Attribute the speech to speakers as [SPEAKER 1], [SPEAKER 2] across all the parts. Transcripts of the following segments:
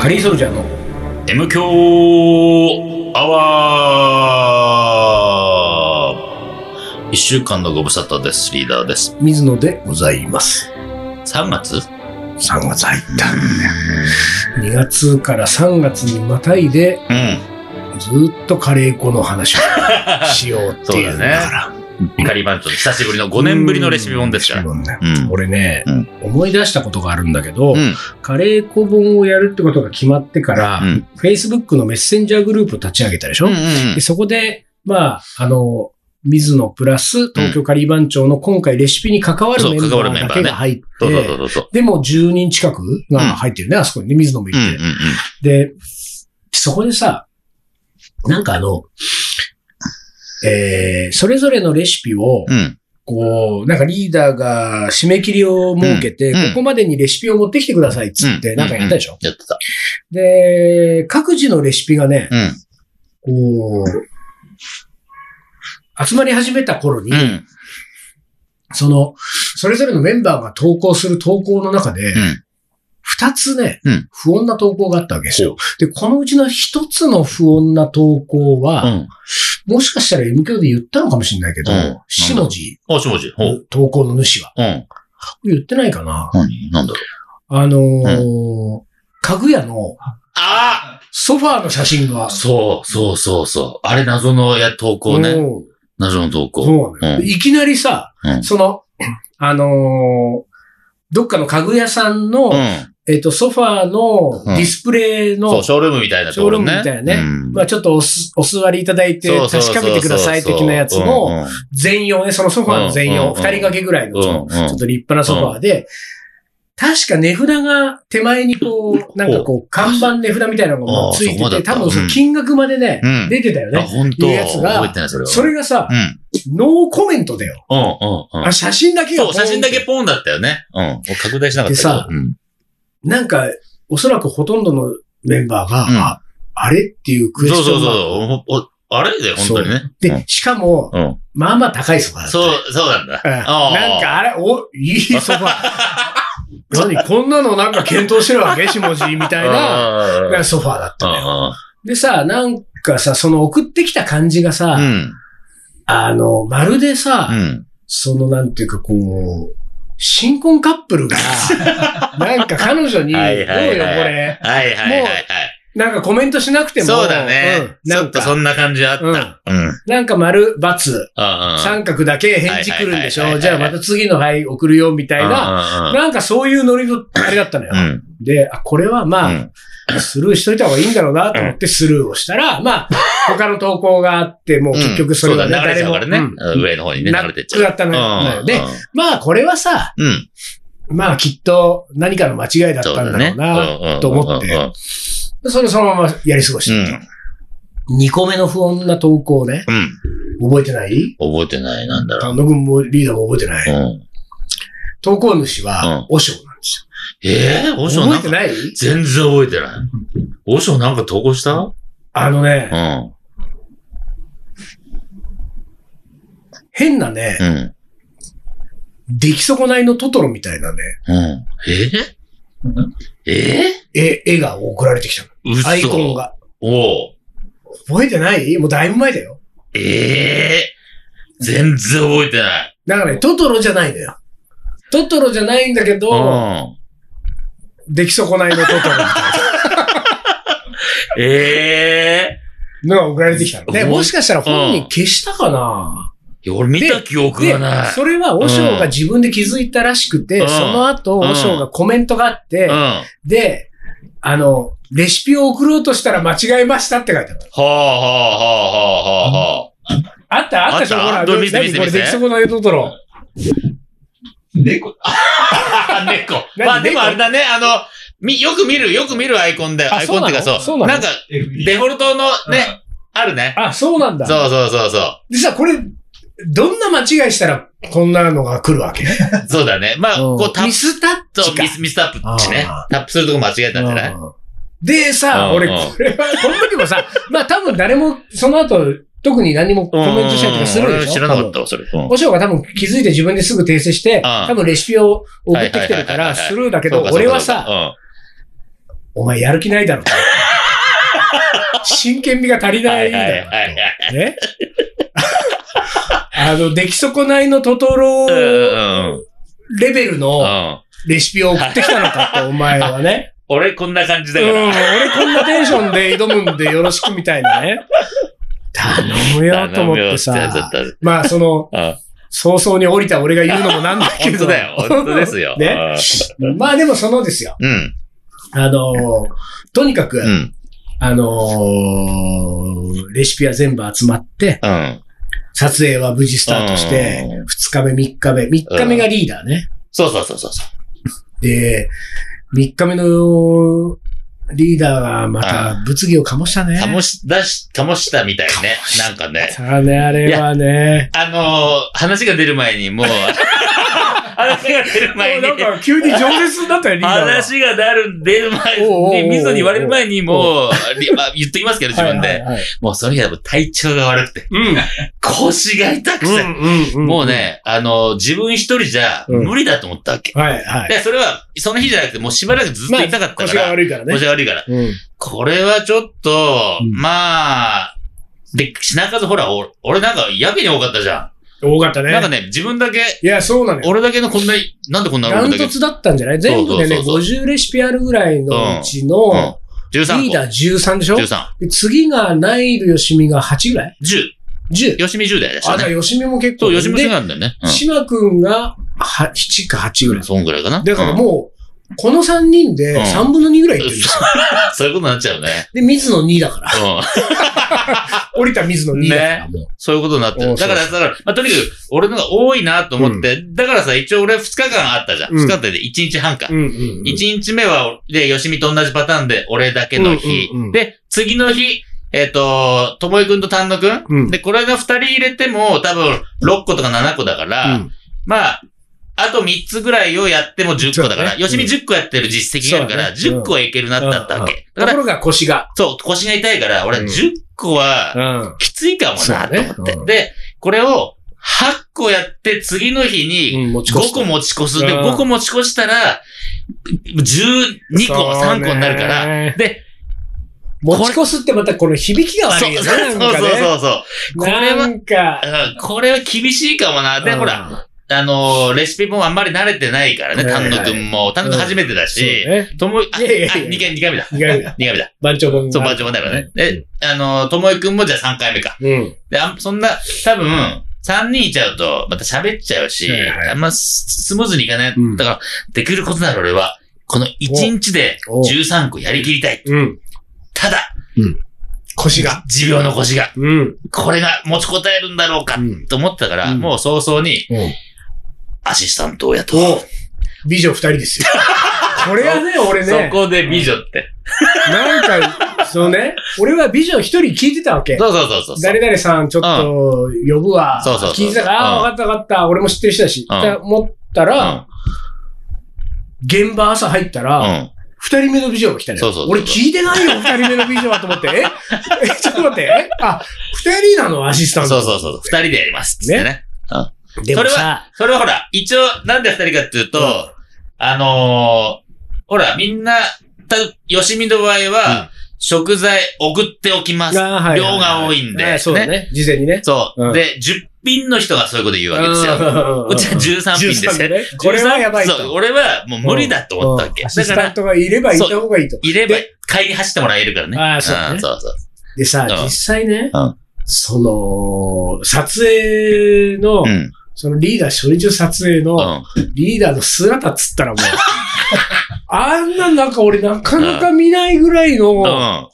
[SPEAKER 1] カリーソルジャーの
[SPEAKER 2] M 強アワー一週間のご無沙汰です。リーダーです。
[SPEAKER 1] 水野で
[SPEAKER 3] ございます。
[SPEAKER 2] 3月
[SPEAKER 3] 3月入った。
[SPEAKER 1] 2月から3月にまたいで
[SPEAKER 2] うん。
[SPEAKER 1] ずーっとカレー粉の話をしようって
[SPEAKER 2] そう
[SPEAKER 1] い
[SPEAKER 2] だ
[SPEAKER 1] う
[SPEAKER 2] ね。ピカリバンチョの久しぶりの5年ぶりのレシピ本ですから。
[SPEAKER 3] そうだよ
[SPEAKER 2] うん。
[SPEAKER 1] 俺ね、
[SPEAKER 2] うん
[SPEAKER 1] 思い出したことがあるんだけど、
[SPEAKER 2] うん。
[SPEAKER 1] カレー粉本をやるってことが決まってから、
[SPEAKER 2] うん。
[SPEAKER 1] Facebook のメッセンジャーグループを立ち上げたでしょ、
[SPEAKER 2] うんうん
[SPEAKER 1] でそこで、まあ、あの、水野プラス東京カリー番長の今回レシピに関わる
[SPEAKER 2] そう
[SPEAKER 1] メンバ
[SPEAKER 2] 関わるメ
[SPEAKER 1] ーだ
[SPEAKER 2] ンバーね
[SPEAKER 1] けが入って、
[SPEAKER 2] そうそうそうそう。
[SPEAKER 1] でも10人近くが入ってるね、あそこにね、水野もいて。
[SPEAKER 2] うんうんうん。
[SPEAKER 1] で、そこでさ、なんかあの、えー、それぞれのレシピを、
[SPEAKER 2] うん。
[SPEAKER 1] こう、なんかリーダーが締め切りを設けて、
[SPEAKER 2] うんうん
[SPEAKER 1] ここまでにレシピを持ってきてくださいっつって、
[SPEAKER 2] うん
[SPEAKER 1] なんかやったでしょ、
[SPEAKER 2] やってた。
[SPEAKER 1] で、各自のレシピがね、
[SPEAKER 2] うん。
[SPEAKER 1] こう、集まり始めた頃に、
[SPEAKER 2] うん。
[SPEAKER 1] その、それぞれのメンバーが投稿する投稿の中で、
[SPEAKER 2] うん。
[SPEAKER 1] 二つね、
[SPEAKER 2] うん
[SPEAKER 1] 不穏な投稿があったわけですよ。で、このうちの一つの不穏な投稿
[SPEAKER 2] う
[SPEAKER 1] は、
[SPEAKER 2] ん。
[SPEAKER 1] もしかしたら M 教で言ったのかもしれないけど、
[SPEAKER 2] うん
[SPEAKER 1] しのじ、
[SPEAKER 2] あ、もしもし。ほう。
[SPEAKER 1] 投稿の主は。
[SPEAKER 2] うん。
[SPEAKER 1] 言ってないかな。
[SPEAKER 2] 何なんだろう。
[SPEAKER 1] あのー家具屋の
[SPEAKER 2] あ
[SPEAKER 1] ソファーの写真が
[SPEAKER 2] あ、そう、そう、そう、そう。あれ、謎のや投稿ね。
[SPEAKER 1] うん
[SPEAKER 2] 謎の投稿。
[SPEAKER 1] そうなのよ
[SPEAKER 2] うん
[SPEAKER 1] いきなりさ、
[SPEAKER 2] うん
[SPEAKER 1] その、あのーどっかの家具屋さんの、
[SPEAKER 2] うん。
[SPEAKER 1] えっと、ソファーのディスプレイの、
[SPEAKER 2] そう、ショールームみたいなところね。
[SPEAKER 1] ショールームみたいなね
[SPEAKER 2] うん
[SPEAKER 1] まあちょっとおすお座りいただいて
[SPEAKER 2] そう
[SPEAKER 1] 確
[SPEAKER 2] そうそう
[SPEAKER 1] かめてください的なやつ
[SPEAKER 2] うん
[SPEAKER 1] の
[SPEAKER 2] うん
[SPEAKER 1] 全容ね、そのソファーの全
[SPEAKER 2] うんうん
[SPEAKER 1] 容、
[SPEAKER 2] うん
[SPEAKER 1] 二人掛けぐらいのその
[SPEAKER 2] うん
[SPEAKER 1] ちょっと立派なソファーで、確か値札が手前にこう、なんかこう、看板値札みたいなのがもうつい
[SPEAKER 2] あ
[SPEAKER 1] て、
[SPEAKER 2] あそうだってた
[SPEAKER 1] 多分その金額までね
[SPEAKER 2] うん、
[SPEAKER 1] 出てたよ
[SPEAKER 2] あ、
[SPEAKER 1] ね。
[SPEAKER 2] 本当
[SPEAKER 1] いうやつが
[SPEAKER 2] 覚えてない、それは。
[SPEAKER 1] それがさ
[SPEAKER 2] う、ん。
[SPEAKER 1] ノーコメントだよ。
[SPEAKER 2] うん、うん、う
[SPEAKER 1] あ
[SPEAKER 2] ん。
[SPEAKER 1] 写真だけが
[SPEAKER 2] そう、写真だけポンだったよね。うん。もう拡大しなかったけど。
[SPEAKER 1] でさ
[SPEAKER 2] うん。
[SPEAKER 1] なんか、おそらくほとんどのメンバーが、
[SPEAKER 2] うん
[SPEAKER 1] ああれっていうクエス
[SPEAKER 2] そう
[SPEAKER 1] チョ
[SPEAKER 2] そう
[SPEAKER 1] ン
[SPEAKER 2] そう
[SPEAKER 1] が。
[SPEAKER 2] おお。あれで、本当にね。
[SPEAKER 1] で、しかも、
[SPEAKER 2] うん。うん
[SPEAKER 1] まあまあ高いソファーだったよ
[SPEAKER 2] そう、そうなんだ。
[SPEAKER 1] うん
[SPEAKER 2] ああ
[SPEAKER 1] なんかあれ、お、いいソフ ァー。何こんなのなんか検討してるわけ下地みたいな
[SPEAKER 2] あ
[SPEAKER 1] なんかソファーだったのよ。
[SPEAKER 2] あ
[SPEAKER 1] でさ、なんかさ、その送ってきた感じがさ、
[SPEAKER 2] うん。
[SPEAKER 1] あの、まるでさ、
[SPEAKER 2] うん。
[SPEAKER 1] そのなんていうかこう、新婚カップル が、なんか彼女に、どう
[SPEAKER 2] はい
[SPEAKER 1] よこ
[SPEAKER 2] はいはい
[SPEAKER 1] れ、
[SPEAKER 2] はいはいはいはい。
[SPEAKER 1] なんかコメントしなくても、
[SPEAKER 2] そうだね。
[SPEAKER 1] うん
[SPEAKER 2] ち
[SPEAKER 1] な
[SPEAKER 2] ょっ
[SPEAKER 1] ん
[SPEAKER 2] と
[SPEAKER 1] か、
[SPEAKER 2] そんな感じあった。
[SPEAKER 1] う
[SPEAKER 2] うんん。うん。
[SPEAKER 1] なんか丸、×、
[SPEAKER 2] あ
[SPEAKER 1] 三角だけ返事来るんでし
[SPEAKER 2] は
[SPEAKER 1] ょ
[SPEAKER 2] いはいはいはい
[SPEAKER 1] じゃあまた次のはい送るよみたいな、
[SPEAKER 2] あ。
[SPEAKER 1] なんかそういうノリの、あれだったのよ。
[SPEAKER 2] うん。うん。
[SPEAKER 1] で、あ、これは
[SPEAKER 2] う
[SPEAKER 1] ま
[SPEAKER 2] ん
[SPEAKER 1] あ、スルーしといた方がいいんだろうなと思ってスルーをしたら、まあ、他の投稿があって、もう結局それは
[SPEAKER 2] う
[SPEAKER 1] ね、
[SPEAKER 2] だ流れち
[SPEAKER 1] 誰
[SPEAKER 2] ゃう
[SPEAKER 1] も、
[SPEAKER 2] からね。うん上の方にね、
[SPEAKER 1] な
[SPEAKER 2] 流れてっちゃう。
[SPEAKER 1] 下ったのよで
[SPEAKER 2] う
[SPEAKER 1] まあ、これはさ、
[SPEAKER 2] ん。うん。
[SPEAKER 1] まあ、きっと何かの間違いだった
[SPEAKER 2] そうん
[SPEAKER 1] だ
[SPEAKER 2] だ
[SPEAKER 1] ろ
[SPEAKER 2] ね
[SPEAKER 1] う。な。
[SPEAKER 2] うん
[SPEAKER 1] と思って
[SPEAKER 2] うんうん
[SPEAKER 1] それそのままやり過ごし
[SPEAKER 2] う
[SPEAKER 1] た。2個目の不穏な投稿ね、
[SPEAKER 2] ん。
[SPEAKER 1] 覚えてない
[SPEAKER 2] うん。覚えてない、なんだろ
[SPEAKER 1] 丹
[SPEAKER 2] う。
[SPEAKER 1] 野君もリーダーも覚えてな
[SPEAKER 2] う
[SPEAKER 1] い。
[SPEAKER 2] ん。
[SPEAKER 1] 投稿主は、おしょなんです
[SPEAKER 2] ええ、オシ
[SPEAKER 1] よ。覚え
[SPEAKER 2] ョなん
[SPEAKER 1] て
[SPEAKER 2] か、
[SPEAKER 1] ない
[SPEAKER 2] 全然覚えてない。オショなんか投稿した
[SPEAKER 1] あのね
[SPEAKER 2] う、ん。
[SPEAKER 1] 変なね、
[SPEAKER 2] うん。
[SPEAKER 1] 出来損ないのトトロみたいなね、
[SPEAKER 2] うん。えええ
[SPEAKER 1] 絵絵が送られてきたの。
[SPEAKER 2] え嘘。
[SPEAKER 1] アイコン。が。
[SPEAKER 2] おう
[SPEAKER 1] 覚えてないもうだいぶ前だよ。
[SPEAKER 2] ええ全然覚えてない。
[SPEAKER 1] だからね、トトロじゃないのよ。トトロじゃないんだけ
[SPEAKER 2] う
[SPEAKER 1] ど、
[SPEAKER 2] ん。
[SPEAKER 1] 出来損ないのトトロみたい
[SPEAKER 2] ええ
[SPEAKER 1] なのが送られてきたの。で、
[SPEAKER 2] うん
[SPEAKER 1] もしかしたら本人消したかない
[SPEAKER 2] や俺見た記憶
[SPEAKER 1] で
[SPEAKER 2] がない。、
[SPEAKER 1] それは和尚が自分で気づいたらしくて、
[SPEAKER 2] うん
[SPEAKER 1] その後
[SPEAKER 2] うん
[SPEAKER 1] 和尚がコメントがあって
[SPEAKER 2] うん。、は
[SPEAKER 1] で、あの、レシピを送ろうとしたら間違えましたって書いてあった。
[SPEAKER 2] あはあはあはあはあはあ。
[SPEAKER 1] あったあったでしょ
[SPEAKER 2] あっ
[SPEAKER 1] ほ
[SPEAKER 2] た
[SPEAKER 1] ら、
[SPEAKER 2] どう見せて
[SPEAKER 1] 何
[SPEAKER 2] 見せて
[SPEAKER 1] これ
[SPEAKER 2] 見せて
[SPEAKER 1] 出来損ないのトトロ。
[SPEAKER 2] 猫。あ猫。
[SPEAKER 1] 何
[SPEAKER 2] まあでも
[SPEAKER 1] 猫
[SPEAKER 2] あれだね、あの、み、よく見る、よく見るアイコンだよ。
[SPEAKER 1] あ
[SPEAKER 2] アイコンっていうかそう。
[SPEAKER 1] そうなの
[SPEAKER 2] んか、デフォルトのね、あるね。
[SPEAKER 1] あ、そうなん
[SPEAKER 2] そ
[SPEAKER 1] だ
[SPEAKER 2] う。そうそうそ
[SPEAKER 1] でさ、これ、どんな間違いしたらこんなのが来る わけ
[SPEAKER 2] う。そうだね。まあ、こうタッ
[SPEAKER 1] ミ
[SPEAKER 2] プ、
[SPEAKER 1] スタッチ
[SPEAKER 2] そう
[SPEAKER 1] か
[SPEAKER 2] ミ。ス、ミスタップ値ね
[SPEAKER 1] あ。
[SPEAKER 2] タップするとこ間違えたんじゃない
[SPEAKER 1] うんでさ、
[SPEAKER 2] うん
[SPEAKER 1] 俺、
[SPEAKER 2] うん
[SPEAKER 1] これは、この時もさ、まあ多分誰も、その後、特に何もコメントしたりとかする
[SPEAKER 2] うんうん
[SPEAKER 1] で
[SPEAKER 2] うん俺
[SPEAKER 1] しょ
[SPEAKER 2] も知らなかったわ、それ。うん
[SPEAKER 1] おしょうが多分気づいて自分ですぐ訂正して、多分レシピを送ってきてるか
[SPEAKER 2] はいはいはいはい
[SPEAKER 1] ら
[SPEAKER 2] はい
[SPEAKER 1] スルーだけ
[SPEAKER 2] そ
[SPEAKER 1] ど
[SPEAKER 2] うか、そうか
[SPEAKER 1] 俺は
[SPEAKER 2] そう
[SPEAKER 1] さ、
[SPEAKER 2] か
[SPEAKER 1] お前やる気ないだろ。真剣味が足りないだろ。
[SPEAKER 2] い。
[SPEAKER 1] ね。 あの、出来損ないのトトロ
[SPEAKER 2] うん
[SPEAKER 1] レ
[SPEAKER 2] うん
[SPEAKER 1] ベル
[SPEAKER 2] う
[SPEAKER 1] の
[SPEAKER 2] ん。
[SPEAKER 1] レシピを送ってきたのかって、お前はね。
[SPEAKER 2] 俺こんな感じ だ
[SPEAKER 1] うん、
[SPEAKER 2] から。
[SPEAKER 1] 俺こんなテンションで挑むんでよろしくみたいな ね。頼むよと思って
[SPEAKER 2] 頼むよ
[SPEAKER 1] さ
[SPEAKER 2] っ。てやつだっ
[SPEAKER 1] まあ、その、
[SPEAKER 2] たうん
[SPEAKER 1] 早々に降りた俺が言うのもなんだけ
[SPEAKER 2] 本
[SPEAKER 1] ど。
[SPEAKER 2] 当だよ。本当ですよ。
[SPEAKER 1] ね。まあでもそのですよ。
[SPEAKER 2] うん。
[SPEAKER 1] あのーとにかく、
[SPEAKER 2] うん。
[SPEAKER 1] あのーレシピは全部集まって、
[SPEAKER 2] うん。
[SPEAKER 1] 撮影は無事スタートして、
[SPEAKER 2] うん
[SPEAKER 1] 2日目、3日目、3日目がリーダーね。
[SPEAKER 2] そうそうそうそうそう。
[SPEAKER 1] で、3日目のリーダーがまた物議を醸したね。
[SPEAKER 2] 醸し、出し、醸したみたいね。なんかね。
[SPEAKER 1] たね、あれはね。
[SPEAKER 2] あのー、話が出る 前にもう、話が出る前に
[SPEAKER 1] お、なんか急に饒舌になったよ、リーダーが。
[SPEAKER 2] 話が出る、出る前
[SPEAKER 1] おうおうおうおう
[SPEAKER 2] に、水野に言われる前にもう、りまあ言っときますけど、自
[SPEAKER 1] は
[SPEAKER 2] 分
[SPEAKER 1] い
[SPEAKER 2] で。
[SPEAKER 1] はいはい
[SPEAKER 2] もうその日はもう体調が悪くて、腰が痛くて、
[SPEAKER 1] うん。んんん
[SPEAKER 2] もう。ね、あのー、自分一人じゃ
[SPEAKER 1] うん
[SPEAKER 2] 無理だと思ったわけ。
[SPEAKER 1] はいはい。
[SPEAKER 2] で、それは、その日じゃなくて、もうしばらくずっと痛かったか
[SPEAKER 1] 腰が
[SPEAKER 2] ら、
[SPEAKER 1] 悪いからね。
[SPEAKER 2] 腰が悪いから。
[SPEAKER 1] うん。
[SPEAKER 2] これはちょっと、
[SPEAKER 1] うん
[SPEAKER 2] まあ、で、品数ほら、お俺なんかやけに多かったじゃ
[SPEAKER 1] 多かった
[SPEAKER 2] ん。
[SPEAKER 1] ね。
[SPEAKER 2] なんかね、自分だけ、
[SPEAKER 1] いや、そうなのよ。
[SPEAKER 2] 俺だけのこんなに、なんでこんな
[SPEAKER 1] ダン
[SPEAKER 2] 俺だけ、
[SPEAKER 1] ト
[SPEAKER 2] うん、
[SPEAKER 1] ツだったんじゃない全部でね、
[SPEAKER 2] そうそう
[SPEAKER 1] 50レシピあるぐらいのうちの、
[SPEAKER 2] 13
[SPEAKER 1] リーダー13でしょ
[SPEAKER 2] 個。13。
[SPEAKER 1] で次がナイル・ヨシミが8ぐらい
[SPEAKER 2] 10。
[SPEAKER 1] ?10。
[SPEAKER 2] よしみ10代でし
[SPEAKER 1] あ、
[SPEAKER 2] た
[SPEAKER 1] だから
[SPEAKER 2] ね。
[SPEAKER 1] ヨシミも結
[SPEAKER 2] そ
[SPEAKER 1] 構。
[SPEAKER 2] う、よしみ10
[SPEAKER 1] で、
[SPEAKER 2] なんだよね。
[SPEAKER 1] 島君がは7か8ぐ
[SPEAKER 2] う
[SPEAKER 1] ら
[SPEAKER 2] ん。
[SPEAKER 1] い。
[SPEAKER 2] そんぐらいかな。
[SPEAKER 1] だから
[SPEAKER 2] うん、
[SPEAKER 1] もう、この3人で
[SPEAKER 2] うん
[SPEAKER 1] 3分の2ぐらいいってるんですよ。
[SPEAKER 2] そういうことになっちゃうね。
[SPEAKER 1] で、水野2だから。
[SPEAKER 2] うん。
[SPEAKER 1] 降りた水野2だから、もう。
[SPEAKER 2] そういうことになって
[SPEAKER 1] お
[SPEAKER 2] る。
[SPEAKER 1] う
[SPEAKER 2] だから、だから、まあ、とにかく、俺のが多いなと思って、だからさ、一応俺2日間あったじゃ
[SPEAKER 1] う
[SPEAKER 2] ん。
[SPEAKER 1] ん
[SPEAKER 2] 2日間で1日半か。
[SPEAKER 1] うんうん。
[SPEAKER 2] 1日目は、で、よしみと同じパターンで、俺だけの日。
[SPEAKER 1] うんうんうん
[SPEAKER 2] で、次の日、えっ、と、ともいくんと丹野くん。
[SPEAKER 1] うん
[SPEAKER 2] で、これが2人入れても、多分、6個とか7個だから、
[SPEAKER 1] うん
[SPEAKER 2] まあ、あと3つぐらいをやっても10個だか
[SPEAKER 1] そうだ
[SPEAKER 2] ら、
[SPEAKER 1] ね
[SPEAKER 2] よしみ10個やってる実績があるか
[SPEAKER 1] そう
[SPEAKER 2] ら、
[SPEAKER 1] だねうん
[SPEAKER 2] 10個はいけるなってなったわけ。だ
[SPEAKER 1] とこ
[SPEAKER 2] から、
[SPEAKER 1] ろが腰が。
[SPEAKER 2] そう、腰が痛いから、俺
[SPEAKER 1] うん
[SPEAKER 2] 10個は、
[SPEAKER 1] ん。
[SPEAKER 2] きついかも
[SPEAKER 1] そうだ
[SPEAKER 2] な、
[SPEAKER 1] ね
[SPEAKER 2] と思って。
[SPEAKER 1] うん
[SPEAKER 2] で、これを8個やって、次の日に、
[SPEAKER 1] うん、持ち越し
[SPEAKER 2] 5
[SPEAKER 1] た
[SPEAKER 2] 個持ち越す。で、
[SPEAKER 1] うん
[SPEAKER 2] 5個持ち越したら、12個、3個になるから。。
[SPEAKER 1] そうね
[SPEAKER 2] で、
[SPEAKER 1] 持ち越すってまたこの響きが
[SPEAKER 2] そ
[SPEAKER 1] 悪
[SPEAKER 2] う
[SPEAKER 1] いよね。
[SPEAKER 2] そうそうそう
[SPEAKER 1] う。
[SPEAKER 2] そうそう。これは
[SPEAKER 1] なんか、
[SPEAKER 2] うんこれは厳しいかもな。で、ほら、
[SPEAKER 1] ら、
[SPEAKER 2] あのー、レシピもあんまり慣れてないからね、
[SPEAKER 1] はいはい
[SPEAKER 2] 丹野くんも。丹野くん初めてだ
[SPEAKER 1] そう
[SPEAKER 2] し、
[SPEAKER 1] ね。
[SPEAKER 2] ともい、あ、あ
[SPEAKER 1] いやいやいや
[SPEAKER 2] 2回、2回目だ。
[SPEAKER 1] 意外な
[SPEAKER 2] 2回目だ。
[SPEAKER 1] 番長本が
[SPEAKER 2] そう、バージョンだからね。で、あのー、ともいくんもじゃあ3回目か。
[SPEAKER 1] うん。
[SPEAKER 2] で、あんそんな、多分、3人いちゃうと、また喋っちゃうし
[SPEAKER 1] はいはい、
[SPEAKER 2] あんまススムーズにいかない
[SPEAKER 1] うん。
[SPEAKER 2] だから、できることなら俺は、この1日で
[SPEAKER 1] お
[SPEAKER 2] 13個やりきりたい。
[SPEAKER 1] うん。
[SPEAKER 2] ただ、
[SPEAKER 1] 腰が。
[SPEAKER 2] 持病の腰が、
[SPEAKER 1] うん。
[SPEAKER 2] これが持ちこたえるんだろうか
[SPEAKER 1] うん、
[SPEAKER 2] と思ってたから、
[SPEAKER 1] うん
[SPEAKER 2] もう早々に、
[SPEAKER 1] うん。
[SPEAKER 2] アシスタントを雇う。
[SPEAKER 1] お美女二人ですよ。 これはね、俺
[SPEAKER 2] そ
[SPEAKER 1] ね、
[SPEAKER 2] こで美女って。
[SPEAKER 1] なんか、そうね、俺は美女一人聞いてたわけ。
[SPEAKER 2] そうそうそうそう。
[SPEAKER 1] 誰々さんちょっと呼ぶわ。
[SPEAKER 2] そうそうそ
[SPEAKER 1] 聞
[SPEAKER 2] う
[SPEAKER 1] いてたから、ああ、
[SPEAKER 2] うん
[SPEAKER 1] わかったわかった。俺も知ってる人だし。
[SPEAKER 2] うん
[SPEAKER 1] って思ったら、現場朝入った
[SPEAKER 2] うん。う
[SPEAKER 1] ら、
[SPEAKER 2] ん。
[SPEAKER 1] 二人目の美女が来たね。
[SPEAKER 2] そうそうそうそう
[SPEAKER 1] 俺聞いてないよ、二人目の美女はと思って。え え、ちょっと待って。えあ、二人なのアシスタ
[SPEAKER 2] そう
[SPEAKER 1] ント。
[SPEAKER 2] そうそうそう。二人でやります。つってね。
[SPEAKER 1] でも
[SPEAKER 2] それ
[SPEAKER 1] さ、
[SPEAKER 2] それはほら、一応、なんで二人かっていうと、
[SPEAKER 1] うん
[SPEAKER 2] あのー、ほら、みんな、た、よしみの場合は、食材送っておきます。量が多いんで
[SPEAKER 1] ああそうだね。事前にね。
[SPEAKER 2] そう、
[SPEAKER 1] うん
[SPEAKER 2] で、10品の人がそういうこと 言うわけですよ。こ
[SPEAKER 1] こ
[SPEAKER 2] っちは13品ですよ。
[SPEAKER 1] ね。これはやばい
[SPEAKER 2] そう、
[SPEAKER 1] と。
[SPEAKER 2] 俺はもう無理だと思ったわけ。
[SPEAKER 1] アシ
[SPEAKER 2] だ
[SPEAKER 1] ス
[SPEAKER 2] か
[SPEAKER 1] タン
[SPEAKER 2] ら、
[SPEAKER 1] トがいればいた方がいいと。
[SPEAKER 2] いれば、買いに走ってもらえるからね。
[SPEAKER 1] ああそうね
[SPEAKER 2] んそうそう。
[SPEAKER 1] でさ、
[SPEAKER 2] うん
[SPEAKER 1] 実際ね
[SPEAKER 2] うん、
[SPEAKER 1] その、撮影の
[SPEAKER 2] う、ん。
[SPEAKER 1] そのリーダー初日の撮影
[SPEAKER 2] う
[SPEAKER 1] の、
[SPEAKER 2] ん。
[SPEAKER 1] リーダーの姿っつったらもう、 あんななんか俺なかなか見ないぐらいうの
[SPEAKER 2] ん。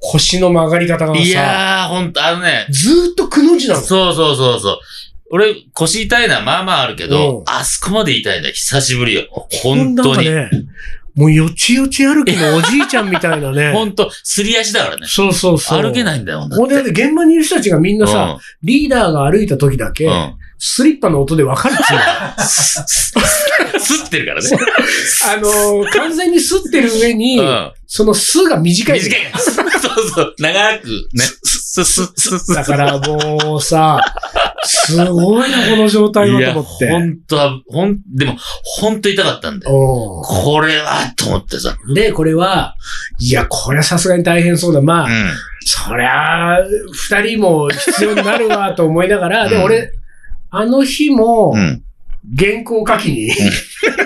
[SPEAKER 1] 腰の曲がり方が
[SPEAKER 2] い
[SPEAKER 1] さ、
[SPEAKER 2] やー、ほんと、あのね、
[SPEAKER 1] ずーっとくの字なの。
[SPEAKER 2] そうそうそうそう。俺、腰痛いのはまあまああるけ
[SPEAKER 1] うん
[SPEAKER 2] ど、あそこまで痛いんだ。久しぶりよ。本当に。
[SPEAKER 1] なんかね、もうよちよち歩きのおじいちゃんみたいなね。
[SPEAKER 2] 本当すり足だからね。
[SPEAKER 1] そうそうそう。。
[SPEAKER 2] 歩けないいんだよ、ほんと
[SPEAKER 1] ほんで、現場にいる人たちがみんなさ、
[SPEAKER 2] う
[SPEAKER 1] リーダーが歩いた時だけ、
[SPEAKER 2] ん。うん。
[SPEAKER 1] スリッパの音でわかるっつうの。あ
[SPEAKER 2] すってるからね。
[SPEAKER 1] のー完全に吸ってる上に、
[SPEAKER 2] うん。
[SPEAKER 1] その吸が短い。
[SPEAKER 2] 短い。そうそう。長くね。すすすすす
[SPEAKER 1] だからもうさ、すごいな、この状態はと思っ
[SPEAKER 2] いやほ
[SPEAKER 1] て。
[SPEAKER 2] んとは、ほん、でも、ほんと痛かったんだよ。
[SPEAKER 1] おう
[SPEAKER 2] これは、と思ってさ。
[SPEAKER 1] で、これは、いや、これはさすがに大変そうだ。まあ、
[SPEAKER 2] う
[SPEAKER 1] そりゃあ、二人も必要になるわと思いなが
[SPEAKER 2] う
[SPEAKER 1] ら、
[SPEAKER 2] ん
[SPEAKER 1] で、俺、あの日も
[SPEAKER 2] ん。う、ん。
[SPEAKER 1] 原稿書きに、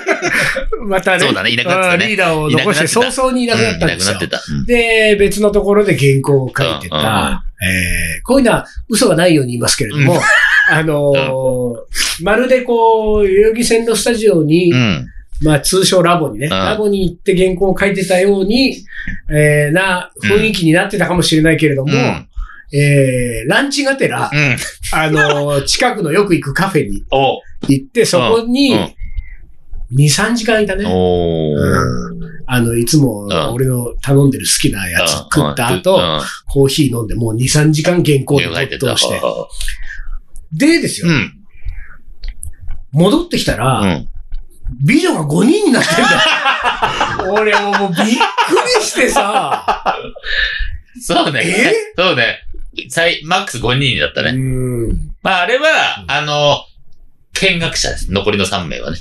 [SPEAKER 1] またね、
[SPEAKER 2] そうだねいなくなってたね
[SPEAKER 1] うんリーダーを残して、
[SPEAKER 2] いなくなってた
[SPEAKER 1] 早々にいなくなったん
[SPEAKER 2] いな
[SPEAKER 1] で
[SPEAKER 2] く
[SPEAKER 1] す
[SPEAKER 2] な
[SPEAKER 1] よ
[SPEAKER 2] って。た。うん
[SPEAKER 1] で、別のところで原稿を書いて
[SPEAKER 2] うん
[SPEAKER 1] た、えーこういうのは嘘がないように言いますけれども、
[SPEAKER 2] うん
[SPEAKER 1] あのーまるでこう、代々木線のスタジオに、
[SPEAKER 2] うん。
[SPEAKER 1] まあ通称ラボにね、
[SPEAKER 2] ん
[SPEAKER 1] ラボに行って原稿を書いてたように、えーな雰囲気になってたかもしれないけれども、
[SPEAKER 2] うん
[SPEAKER 1] えーランチがてら、
[SPEAKER 2] うん。
[SPEAKER 1] あのー近くのよく行くカフェに
[SPEAKER 2] お
[SPEAKER 1] 行って、そこに
[SPEAKER 2] う
[SPEAKER 1] 2
[SPEAKER 2] ん、
[SPEAKER 1] 3時間いたね。
[SPEAKER 2] おー
[SPEAKER 1] あの、いつも
[SPEAKER 2] うん
[SPEAKER 1] 俺の頼んでる好きなやつ食った後、
[SPEAKER 2] うん
[SPEAKER 1] コーヒー飲んでもう2、3時間原稿
[SPEAKER 2] こう
[SPEAKER 1] で
[SPEAKER 2] いうの書いて
[SPEAKER 1] 没頭
[SPEAKER 2] た。
[SPEAKER 1] して。でですよ、
[SPEAKER 2] うん。
[SPEAKER 1] 戻ってきたら、
[SPEAKER 2] うん。
[SPEAKER 1] 美女が5人になってん だよ。俺ももうびっくりしてさ、
[SPEAKER 2] そうね。そうね。最、マックス5人だった
[SPEAKER 1] う
[SPEAKER 2] ね。
[SPEAKER 1] ん。
[SPEAKER 2] まあ、あれは、あの、見学者です。残りの3名はね。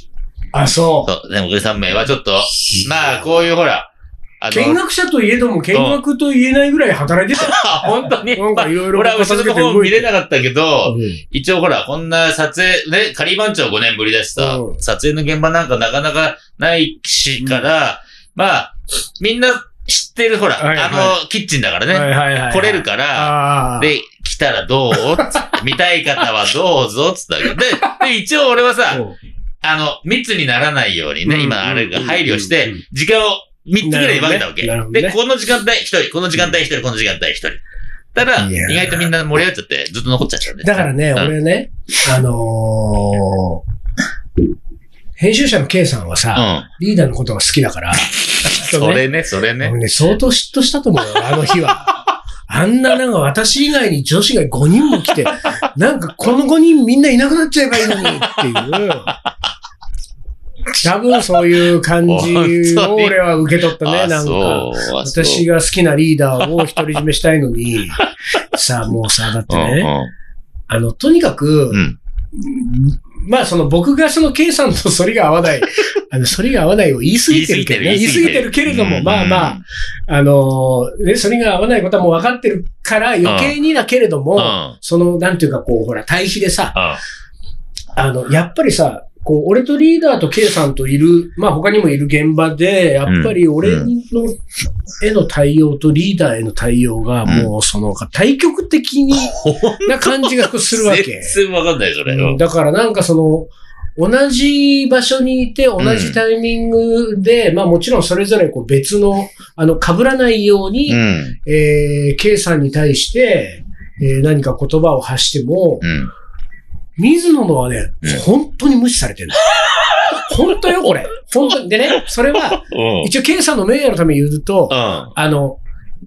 [SPEAKER 1] あ、そ
[SPEAKER 2] そう。残り3名はちょっと、
[SPEAKER 1] う。
[SPEAKER 2] まあ、こういうほら、あ
[SPEAKER 1] 見
[SPEAKER 2] の、
[SPEAKER 1] 学者といえども、見学と言えないぐらい働いてた よ。
[SPEAKER 2] あ本当に。
[SPEAKER 1] なんかいろいろ
[SPEAKER 2] 俺は後ろの方見れ
[SPEAKER 1] な
[SPEAKER 2] なかったけど、
[SPEAKER 1] い。
[SPEAKER 2] 一応ほら、こんな撮影、ね、仮番長5年ぶりだしさ
[SPEAKER 1] う、ん
[SPEAKER 2] 撮影の現場なんかなかなかないしから、まあ、みんな知ってるほら、
[SPEAKER 1] はいはい
[SPEAKER 2] あの、キッチンだからね、
[SPEAKER 1] はいはいはい。
[SPEAKER 2] 来れるから、
[SPEAKER 1] ああ。
[SPEAKER 2] で、来たらどうつって見たい方はどうぞつったけど、で、で、一応俺はさ、
[SPEAKER 1] うん、
[SPEAKER 2] あの、密にならないように
[SPEAKER 1] うん
[SPEAKER 2] ね、今あれが配慮し
[SPEAKER 1] うん
[SPEAKER 2] て
[SPEAKER 1] うんうん、
[SPEAKER 2] 時間を3つぐらいに分けたわけ。
[SPEAKER 1] なるほどねな
[SPEAKER 2] で、
[SPEAKER 1] る
[SPEAKER 2] この時間帯1人、この時間帯1人、この時間帯1人。たら、
[SPEAKER 1] いやー
[SPEAKER 2] 意外とみんな盛り上がっちゃって、ずっと残っちゃったんで。
[SPEAKER 1] だからね、
[SPEAKER 2] うん
[SPEAKER 1] 俺ね、あのー編集者の K さんはさ、
[SPEAKER 2] うん。
[SPEAKER 1] リーダーのことが好きだから、きっ
[SPEAKER 2] そ
[SPEAKER 1] とね
[SPEAKER 2] れね、それね
[SPEAKER 1] 俺。ね、相当嫉妬したと思うよ、あの日 は。あんななんか私以外に女子が5人も来て、なんかこの5人みんないなくなっちゃえばいいのにっていう。多分そういう感じを俺は受け取ったね、なんか。私
[SPEAKER 2] が
[SPEAKER 1] が好きなリーダーを独り占めしたいのに、さあもうさ、だってね、あの、とにかく、
[SPEAKER 2] うんうん。
[SPEAKER 1] まあ、その僕がその K さんと反りが合わない、あの、反りが合わないを言い過ぎてるけどね。言い過ぎてるけれども、まあまあ、、あのー、ね、反りが合わないことはもう分かってるから余計にだけれど
[SPEAKER 2] うん。う
[SPEAKER 1] も、
[SPEAKER 2] ん。
[SPEAKER 1] その、なんていうかこう、ほら、対比でさ、
[SPEAKER 2] うん
[SPEAKER 1] あの、やっぱりさ、こう、俺とリーダーと K さんといる、まあ他にもいる現場で、やっぱり俺の、への対応とリーダーへの対応が、もうその、対極的にな感じがこうするわけ。
[SPEAKER 2] 全然わかん ない、それ。
[SPEAKER 1] うんだからなんかその、同じ場所にいて、同じタイミングで、まあもちろんそれぞれこう別の、あの、被らないように、
[SPEAKER 2] うん。
[SPEAKER 1] えー、K さんに対して、えー何か言葉を発しても、
[SPEAKER 2] うん。
[SPEAKER 1] 水野のはね
[SPEAKER 2] うん、
[SPEAKER 1] 本当に無視されてる。本当よ、これ。本当に。でね、それは、
[SPEAKER 2] うん。
[SPEAKER 1] 一応 K さんの名誉のために言うと、
[SPEAKER 2] うん。
[SPEAKER 1] あの、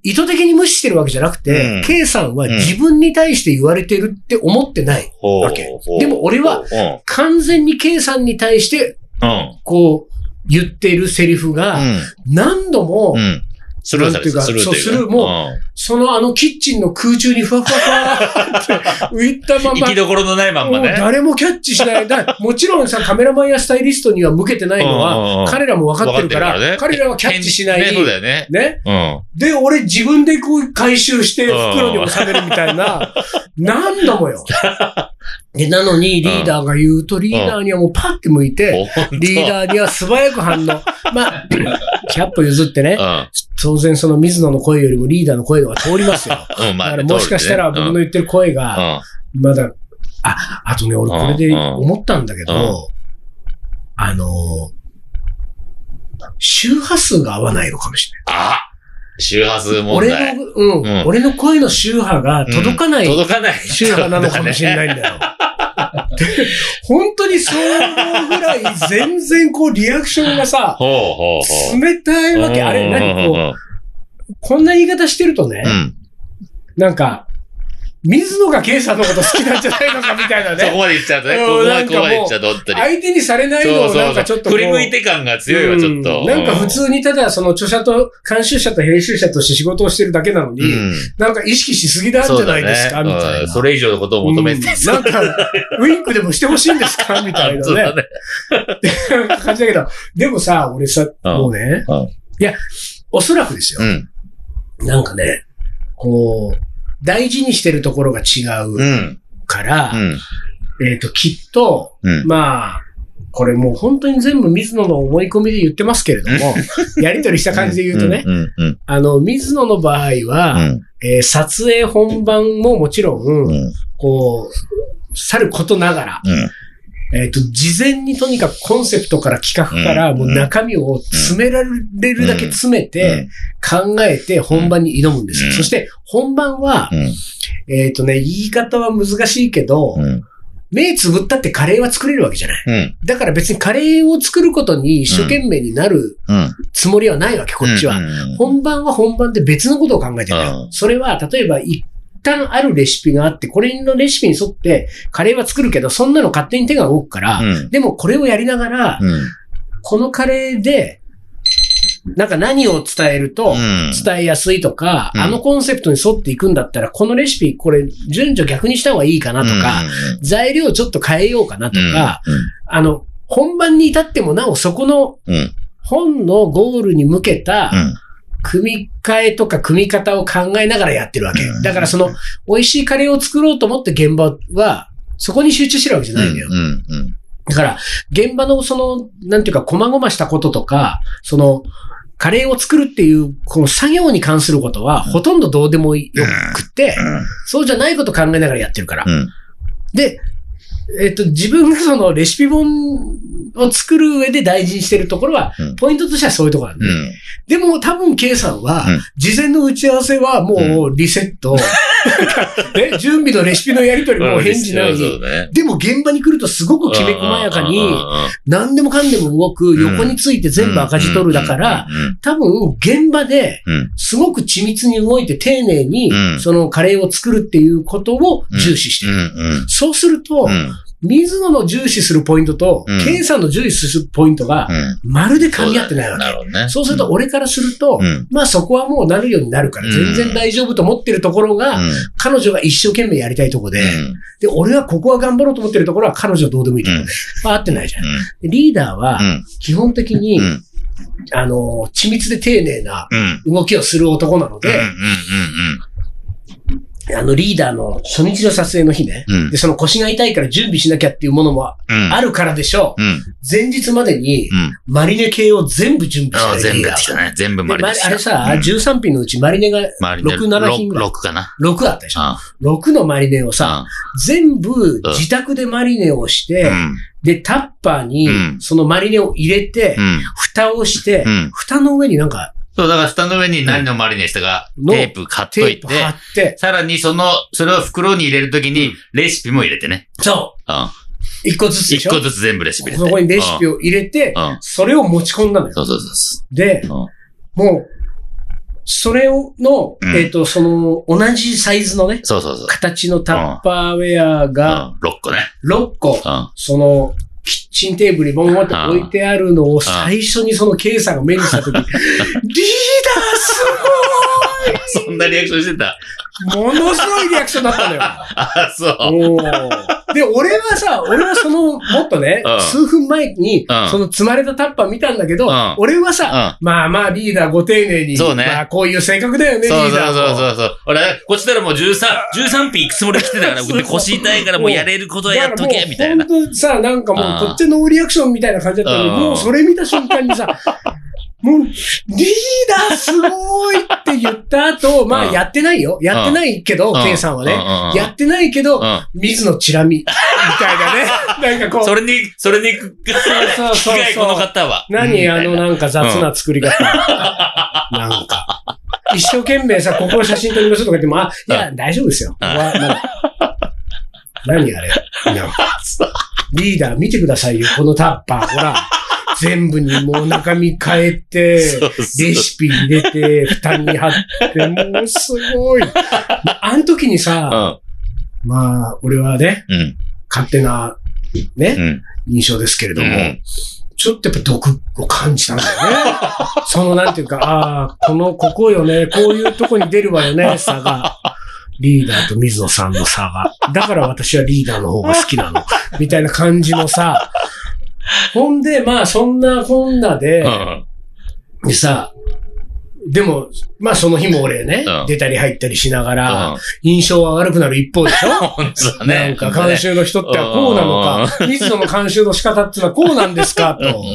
[SPEAKER 1] 意図的に無視してるわけじゃなくて、
[SPEAKER 2] うん
[SPEAKER 1] K さんは自分に対して言われてるって思ってない。
[SPEAKER 2] ほう
[SPEAKER 1] わけでも俺は、
[SPEAKER 2] うん。
[SPEAKER 1] 完全に K さんに対して、
[SPEAKER 2] うん。
[SPEAKER 1] こう、言っているセリフが、何度も、
[SPEAKER 2] うん。スルーされてた
[SPEAKER 1] なんていうか
[SPEAKER 2] と
[SPEAKER 1] そ
[SPEAKER 2] い
[SPEAKER 1] うスルーもそのあのキッチンの空中にふわふわふわって浮いたま
[SPEAKER 2] うん。行
[SPEAKER 1] ま
[SPEAKER 2] き、どころのないまんま
[SPEAKER 1] もう
[SPEAKER 2] ね。
[SPEAKER 1] 誰もキャッチしない。だもちろんさ、カメラマンやスタイリストには向けてないの
[SPEAKER 2] うんうんう
[SPEAKER 1] は
[SPEAKER 2] ん、
[SPEAKER 1] 彼らも分かってるか
[SPEAKER 2] 分かって
[SPEAKER 1] ら、
[SPEAKER 2] るから
[SPEAKER 1] 彼らはキャッチしな
[SPEAKER 2] ねそう
[SPEAKER 1] い。
[SPEAKER 2] だよね。
[SPEAKER 1] ね。
[SPEAKER 2] うん。
[SPEAKER 1] で、俺自分でこう回収して袋に収めるみたいな、 何度 もよ。で、なのにリーダーが言うと、リーダーにはもうパッて向いて、リー
[SPEAKER 2] ー
[SPEAKER 1] ダーには素早く反応。まあ、キャップ譲ってね、当然その水野の声よりもリーダーの声の方が通りますよ。
[SPEAKER 2] うん。う
[SPEAKER 1] だ
[SPEAKER 2] ん、ま
[SPEAKER 1] か
[SPEAKER 2] あ
[SPEAKER 1] ら
[SPEAKER 2] ね、
[SPEAKER 1] もしかしたら僕
[SPEAKER 2] 通
[SPEAKER 1] の
[SPEAKER 2] るね
[SPEAKER 1] 言ってる声
[SPEAKER 2] う
[SPEAKER 1] が、
[SPEAKER 2] ん。
[SPEAKER 1] まだ、あ、あとね、俺これで思ったんだけ
[SPEAKER 2] うんう
[SPEAKER 1] ど、あのー、周波数が合わないのかもしれない。
[SPEAKER 2] あ周波数問
[SPEAKER 1] 俺
[SPEAKER 2] 題。
[SPEAKER 1] の、うん、
[SPEAKER 2] うん
[SPEAKER 1] 俺の声の周波が届かない
[SPEAKER 2] 届かない。
[SPEAKER 1] 周波なのかもしれないんだよ。本当にそう思うぐらい全然こうリアクションがさ、
[SPEAKER 2] ほうほうほう。
[SPEAKER 1] 冷たいわけ。あれ、何こう、こんな言い方してるとね、
[SPEAKER 2] うん。
[SPEAKER 1] なんか、水野が圭さんのこと好きなんじゃないのかみたいな
[SPEAKER 2] そこ
[SPEAKER 1] ね。
[SPEAKER 2] まで言っちゃうとね、
[SPEAKER 1] う
[SPEAKER 2] こ
[SPEAKER 1] ん
[SPEAKER 2] こま
[SPEAKER 1] な
[SPEAKER 2] で
[SPEAKER 1] んかもう
[SPEAKER 2] 怖いっちゃうと、本当に。
[SPEAKER 1] 相手にされない
[SPEAKER 2] そ
[SPEAKER 1] の
[SPEAKER 2] う
[SPEAKER 1] をなん
[SPEAKER 2] そ
[SPEAKER 1] か
[SPEAKER 2] う
[SPEAKER 1] ち
[SPEAKER 2] そ
[SPEAKER 1] ょ
[SPEAKER 2] う
[SPEAKER 1] っ。とこ
[SPEAKER 2] 振
[SPEAKER 1] う
[SPEAKER 2] り向いて感が強いわ、ちょっと。
[SPEAKER 1] うんなんか普通にただその著者と、監修者と編集者として仕事をしてるだけなのに、
[SPEAKER 2] うん、
[SPEAKER 1] なんか意識しすぎなんじ
[SPEAKER 2] そう
[SPEAKER 1] ゃ
[SPEAKER 2] だ
[SPEAKER 1] な
[SPEAKER 2] ね
[SPEAKER 1] いですか、みたい
[SPEAKER 2] うん
[SPEAKER 1] な。
[SPEAKER 2] それ以上のことを求め
[SPEAKER 1] う
[SPEAKER 2] て、
[SPEAKER 1] んなんか、ウィンクでもしてほしいんですかみたい
[SPEAKER 2] そう
[SPEAKER 1] な
[SPEAKER 2] だ
[SPEAKER 1] ね。
[SPEAKER 2] ね。
[SPEAKER 1] 感じだけど、でもさ、俺さ、
[SPEAKER 2] うん
[SPEAKER 1] もうね
[SPEAKER 2] うん、
[SPEAKER 1] いや、おそらくですよ
[SPEAKER 2] う。ん。
[SPEAKER 1] なんかね、こう、大事にしてるところが違
[SPEAKER 2] う。
[SPEAKER 1] うんから、
[SPEAKER 2] うん。
[SPEAKER 1] えっ、と、きっと、
[SPEAKER 2] うん。
[SPEAKER 1] まあ、これもう本当に全部水野の思い込みで言ってますけれど も、やりとりした感じで言うとね、
[SPEAKER 2] うん。うん。
[SPEAKER 1] あの、水野の場合
[SPEAKER 2] う
[SPEAKER 1] は、
[SPEAKER 2] ん。
[SPEAKER 1] えー撮影本番ももちろ、
[SPEAKER 2] うんん。
[SPEAKER 1] こう、さることながら、
[SPEAKER 2] うん。
[SPEAKER 1] えっ、と、事前にとにかくコンセプトから企画から、
[SPEAKER 2] うん
[SPEAKER 1] もう中身を詰められるだけ詰めて、考えて本番に挑むんですよ。
[SPEAKER 2] うん
[SPEAKER 1] そして、本番は、
[SPEAKER 2] うん。
[SPEAKER 1] えっ、とね、言い方は難しいけど
[SPEAKER 2] う、ん。
[SPEAKER 1] 目つぶったってカレーは作れるわけじゃない。
[SPEAKER 2] うん。
[SPEAKER 1] だから別にカレーを作ることに一生懸命になる
[SPEAKER 2] うん。
[SPEAKER 1] つもりはないわけ、こっちは。本番は本番で別のことを考えてる
[SPEAKER 2] う
[SPEAKER 1] よ
[SPEAKER 2] ん。
[SPEAKER 1] それは、例えば一旦あるレシピがあって、これのレシピに沿ってカレーは作るけど、そんなの勝手に手が動くから、
[SPEAKER 2] うん。
[SPEAKER 1] でもこれをやりながら、
[SPEAKER 2] うん。
[SPEAKER 1] このカレーで、なんか何を伝えると、
[SPEAKER 2] うん。
[SPEAKER 1] 伝えやすいとか、
[SPEAKER 2] うん
[SPEAKER 1] あのコンセプトに沿っていくんだったら、このレシピ、これ、順序逆にした方がいいかなとか、材料ちょっと変えようかなとか、、あの、本番に至ってもなおそこの
[SPEAKER 2] うん。うん。
[SPEAKER 1] 本のゴールに向け
[SPEAKER 2] う
[SPEAKER 1] た、
[SPEAKER 2] ん。
[SPEAKER 1] 組み替えとか組み方を考えながらやってるわけ
[SPEAKER 2] うん。
[SPEAKER 1] だからその、美味しいカレーを作ろうと思って現場は、そこに集中してるわけじゃないんだよ。
[SPEAKER 2] うん。うん。
[SPEAKER 1] だから、現場のその、なんていうか、細々したこととか、その、カレーを作るっていう、この作業に関することは、ほとんどどうでもよくって、そうじゃないこと考えながらやってるから。
[SPEAKER 2] うん。
[SPEAKER 1] で、えっと、自分がそのレシピ本を作る上で大事にしてるところは
[SPEAKER 2] うん、
[SPEAKER 1] ポイントとしてはそういうところなんだよ、
[SPEAKER 2] うん。
[SPEAKER 1] でも多分 K さんは
[SPEAKER 2] うん、
[SPEAKER 1] 事前の打ち合わせはもうリセット、 ね準備のレシピのやりとりも返事ない
[SPEAKER 2] そうね。
[SPEAKER 1] でも現場に来るとすごくきめ細やかに、何でもかんでも動く、
[SPEAKER 2] うん
[SPEAKER 1] 横について全部赤字取るだから、、多分現場で
[SPEAKER 2] うん、
[SPEAKER 1] すごく緻密に動いて丁寧に
[SPEAKER 2] うん、
[SPEAKER 1] そのカレーを作るっていうことを重視して
[SPEAKER 2] う
[SPEAKER 1] る。
[SPEAKER 2] ん。
[SPEAKER 1] そうすると
[SPEAKER 2] う、ん。
[SPEAKER 1] 水野の重視するポイントと
[SPEAKER 2] うん、
[SPEAKER 1] ケイさんの重視するポイントが、
[SPEAKER 2] うん。
[SPEAKER 1] まるで噛み合ってないわ
[SPEAKER 2] なるほどね。
[SPEAKER 1] け。そうすると、、俺からすると
[SPEAKER 2] う、ん。
[SPEAKER 1] まあそこはもうなるようになるから、
[SPEAKER 2] うん
[SPEAKER 1] 全然大丈夫と思ってるところが、彼女が一生懸命やりたいとこで、で、俺はここは頑張ろうと思ってるところは彼女どうでもいいとこで、まあ合ってないじゃん。でリーダーは、基本的に、あの、緻密で丁寧な動きをする男なので、あの、リーダーの初日の撮影の日ね、で、その腰が痛いから準備しなきゃっていうものもあるからでしょう。前日までに、マリネ系を全部準備
[SPEAKER 2] ああ、
[SPEAKER 1] してるリ
[SPEAKER 2] 全
[SPEAKER 1] ー
[SPEAKER 2] 部
[SPEAKER 1] ダ
[SPEAKER 2] やってき
[SPEAKER 1] ー
[SPEAKER 2] た
[SPEAKER 1] は。
[SPEAKER 2] ね。全部
[SPEAKER 1] で
[SPEAKER 2] マリ
[SPEAKER 1] まあ
[SPEAKER 2] ネした。
[SPEAKER 1] れさ、
[SPEAKER 2] うん
[SPEAKER 1] 13品のうちマリネが
[SPEAKER 2] マリネ
[SPEAKER 1] 6 7品ぐらい
[SPEAKER 2] 6かな。
[SPEAKER 1] 6あったでしょ。
[SPEAKER 2] あ
[SPEAKER 1] 6のマリネをさ、
[SPEAKER 2] あ
[SPEAKER 1] 全部自宅でマリネをして、で、タッパーに
[SPEAKER 2] うん
[SPEAKER 1] そのマリネを入れて
[SPEAKER 2] う、ん。
[SPEAKER 1] 蓋をして
[SPEAKER 2] う、ん。
[SPEAKER 1] 蓋の上になんか
[SPEAKER 2] そう、だから、下の上に何のマリネしたか、テープ買っと
[SPEAKER 1] テー
[SPEAKER 2] い
[SPEAKER 1] プ貼
[SPEAKER 2] て、
[SPEAKER 1] って、
[SPEAKER 2] さらにその、それを袋に入れるときに、レシピも入れてね。
[SPEAKER 1] そう
[SPEAKER 2] うん。
[SPEAKER 1] 一個ずつでし
[SPEAKER 2] 一
[SPEAKER 1] ょ
[SPEAKER 2] 個ずつ全部レシピ入れて。
[SPEAKER 1] そこにレシピ
[SPEAKER 2] を。
[SPEAKER 1] を入れて
[SPEAKER 2] う、ん。
[SPEAKER 1] それを持ち込んだのよ。
[SPEAKER 2] そうそうそ
[SPEAKER 1] で、
[SPEAKER 2] う。うん。
[SPEAKER 1] もう、それをの、
[SPEAKER 2] うん
[SPEAKER 1] えっ、と、その、同じサイズのね、
[SPEAKER 2] そうそうそう。
[SPEAKER 1] 形のタッパーウェア
[SPEAKER 2] うん。
[SPEAKER 1] が
[SPEAKER 2] 6個ね。
[SPEAKER 1] 6個、
[SPEAKER 2] うん。
[SPEAKER 1] その、キッチンテーブルにボンボンって置いてあるのを最初にその K さんが目にした とき、リーダーす
[SPEAKER 2] そんなリアクションしてた。
[SPEAKER 1] ごいものすごいリアクションだったのよ。
[SPEAKER 2] あ、そう。
[SPEAKER 1] おーで、俺はさ、俺はその、もっとね、
[SPEAKER 2] うん
[SPEAKER 1] 数分前に
[SPEAKER 2] うん、
[SPEAKER 1] その積まれたタッパー見たんだけど
[SPEAKER 2] うん、
[SPEAKER 1] 俺はさ、まあまあリーダーご丁寧に、
[SPEAKER 2] そうね
[SPEAKER 1] まあこういう性格だよね、リ
[SPEAKER 2] そう
[SPEAKER 1] ー
[SPEAKER 2] そう
[SPEAKER 1] ダーも。
[SPEAKER 2] そうそうそう。俺、こっちからもう13、13品いくつも俺来てたから、
[SPEAKER 1] そう
[SPEAKER 2] で腰痛いからもうやれることはやっとけ、みたい
[SPEAKER 1] だからも
[SPEAKER 2] な
[SPEAKER 1] う。本当さ、なんかも
[SPEAKER 2] あ
[SPEAKER 1] う
[SPEAKER 2] ー
[SPEAKER 1] こっちのノーリアクションみたいな感じだったの
[SPEAKER 2] あ
[SPEAKER 1] に、
[SPEAKER 2] ー
[SPEAKER 1] もうそれ見た瞬間にさ、 もう、リーダーすごいって言った後、まあ
[SPEAKER 2] うん
[SPEAKER 1] やってないよ。やってないけど、
[SPEAKER 2] うん
[SPEAKER 1] K さんは
[SPEAKER 2] うん
[SPEAKER 1] ね。
[SPEAKER 2] うんうん
[SPEAKER 1] やってないけど、
[SPEAKER 2] う
[SPEAKER 1] 水のチラ見。みたいな ね。なんか
[SPEAKER 2] ん。
[SPEAKER 1] こ、
[SPEAKER 2] そうれに、それに、
[SPEAKER 1] そうそう
[SPEAKER 2] 機いこの方は。
[SPEAKER 1] 何
[SPEAKER 2] うん
[SPEAKER 1] あの、なんか雑な作り方。なんか。一生懸命さ、ここの写真撮りましょうとか言っても、あ、いや、大丈夫ですよ。ここはもう何あれなんかリーダー見てくださいよ、このタッパー。ほら、全部にもう中身変えて、
[SPEAKER 2] そうそう
[SPEAKER 1] レシピ入れて、蓋に貼って、もうすごい。あの時に
[SPEAKER 2] う
[SPEAKER 1] さ、
[SPEAKER 2] ん。
[SPEAKER 1] まあ、俺はね、
[SPEAKER 2] うん。
[SPEAKER 1] 勝手な、ね、
[SPEAKER 2] うん。
[SPEAKER 1] 印象ですけれども、
[SPEAKER 2] うん
[SPEAKER 1] ちょっとやっぱ毒を感じたんだよね。 そのなんていうか、ああ、この、ここよね、こういうとこに出るわよね、差が。リーダーと水野さんの差が。だから私はリーダーの方が好きなの。みたいな感じのさ。ほんで、まあそんなこんなで、
[SPEAKER 2] うん。
[SPEAKER 1] でさ、でも、まあその日も俺ね、
[SPEAKER 2] うん
[SPEAKER 1] 出たり入ったりしながら、
[SPEAKER 2] うん
[SPEAKER 1] 印象は悪くなる一方でしょ
[SPEAKER 2] 本当だね。
[SPEAKER 1] なんか監修の人ってはこうなのか、水野の監修の仕方ってのはこうなんですか、と
[SPEAKER 2] うん。。うん。うん。うん。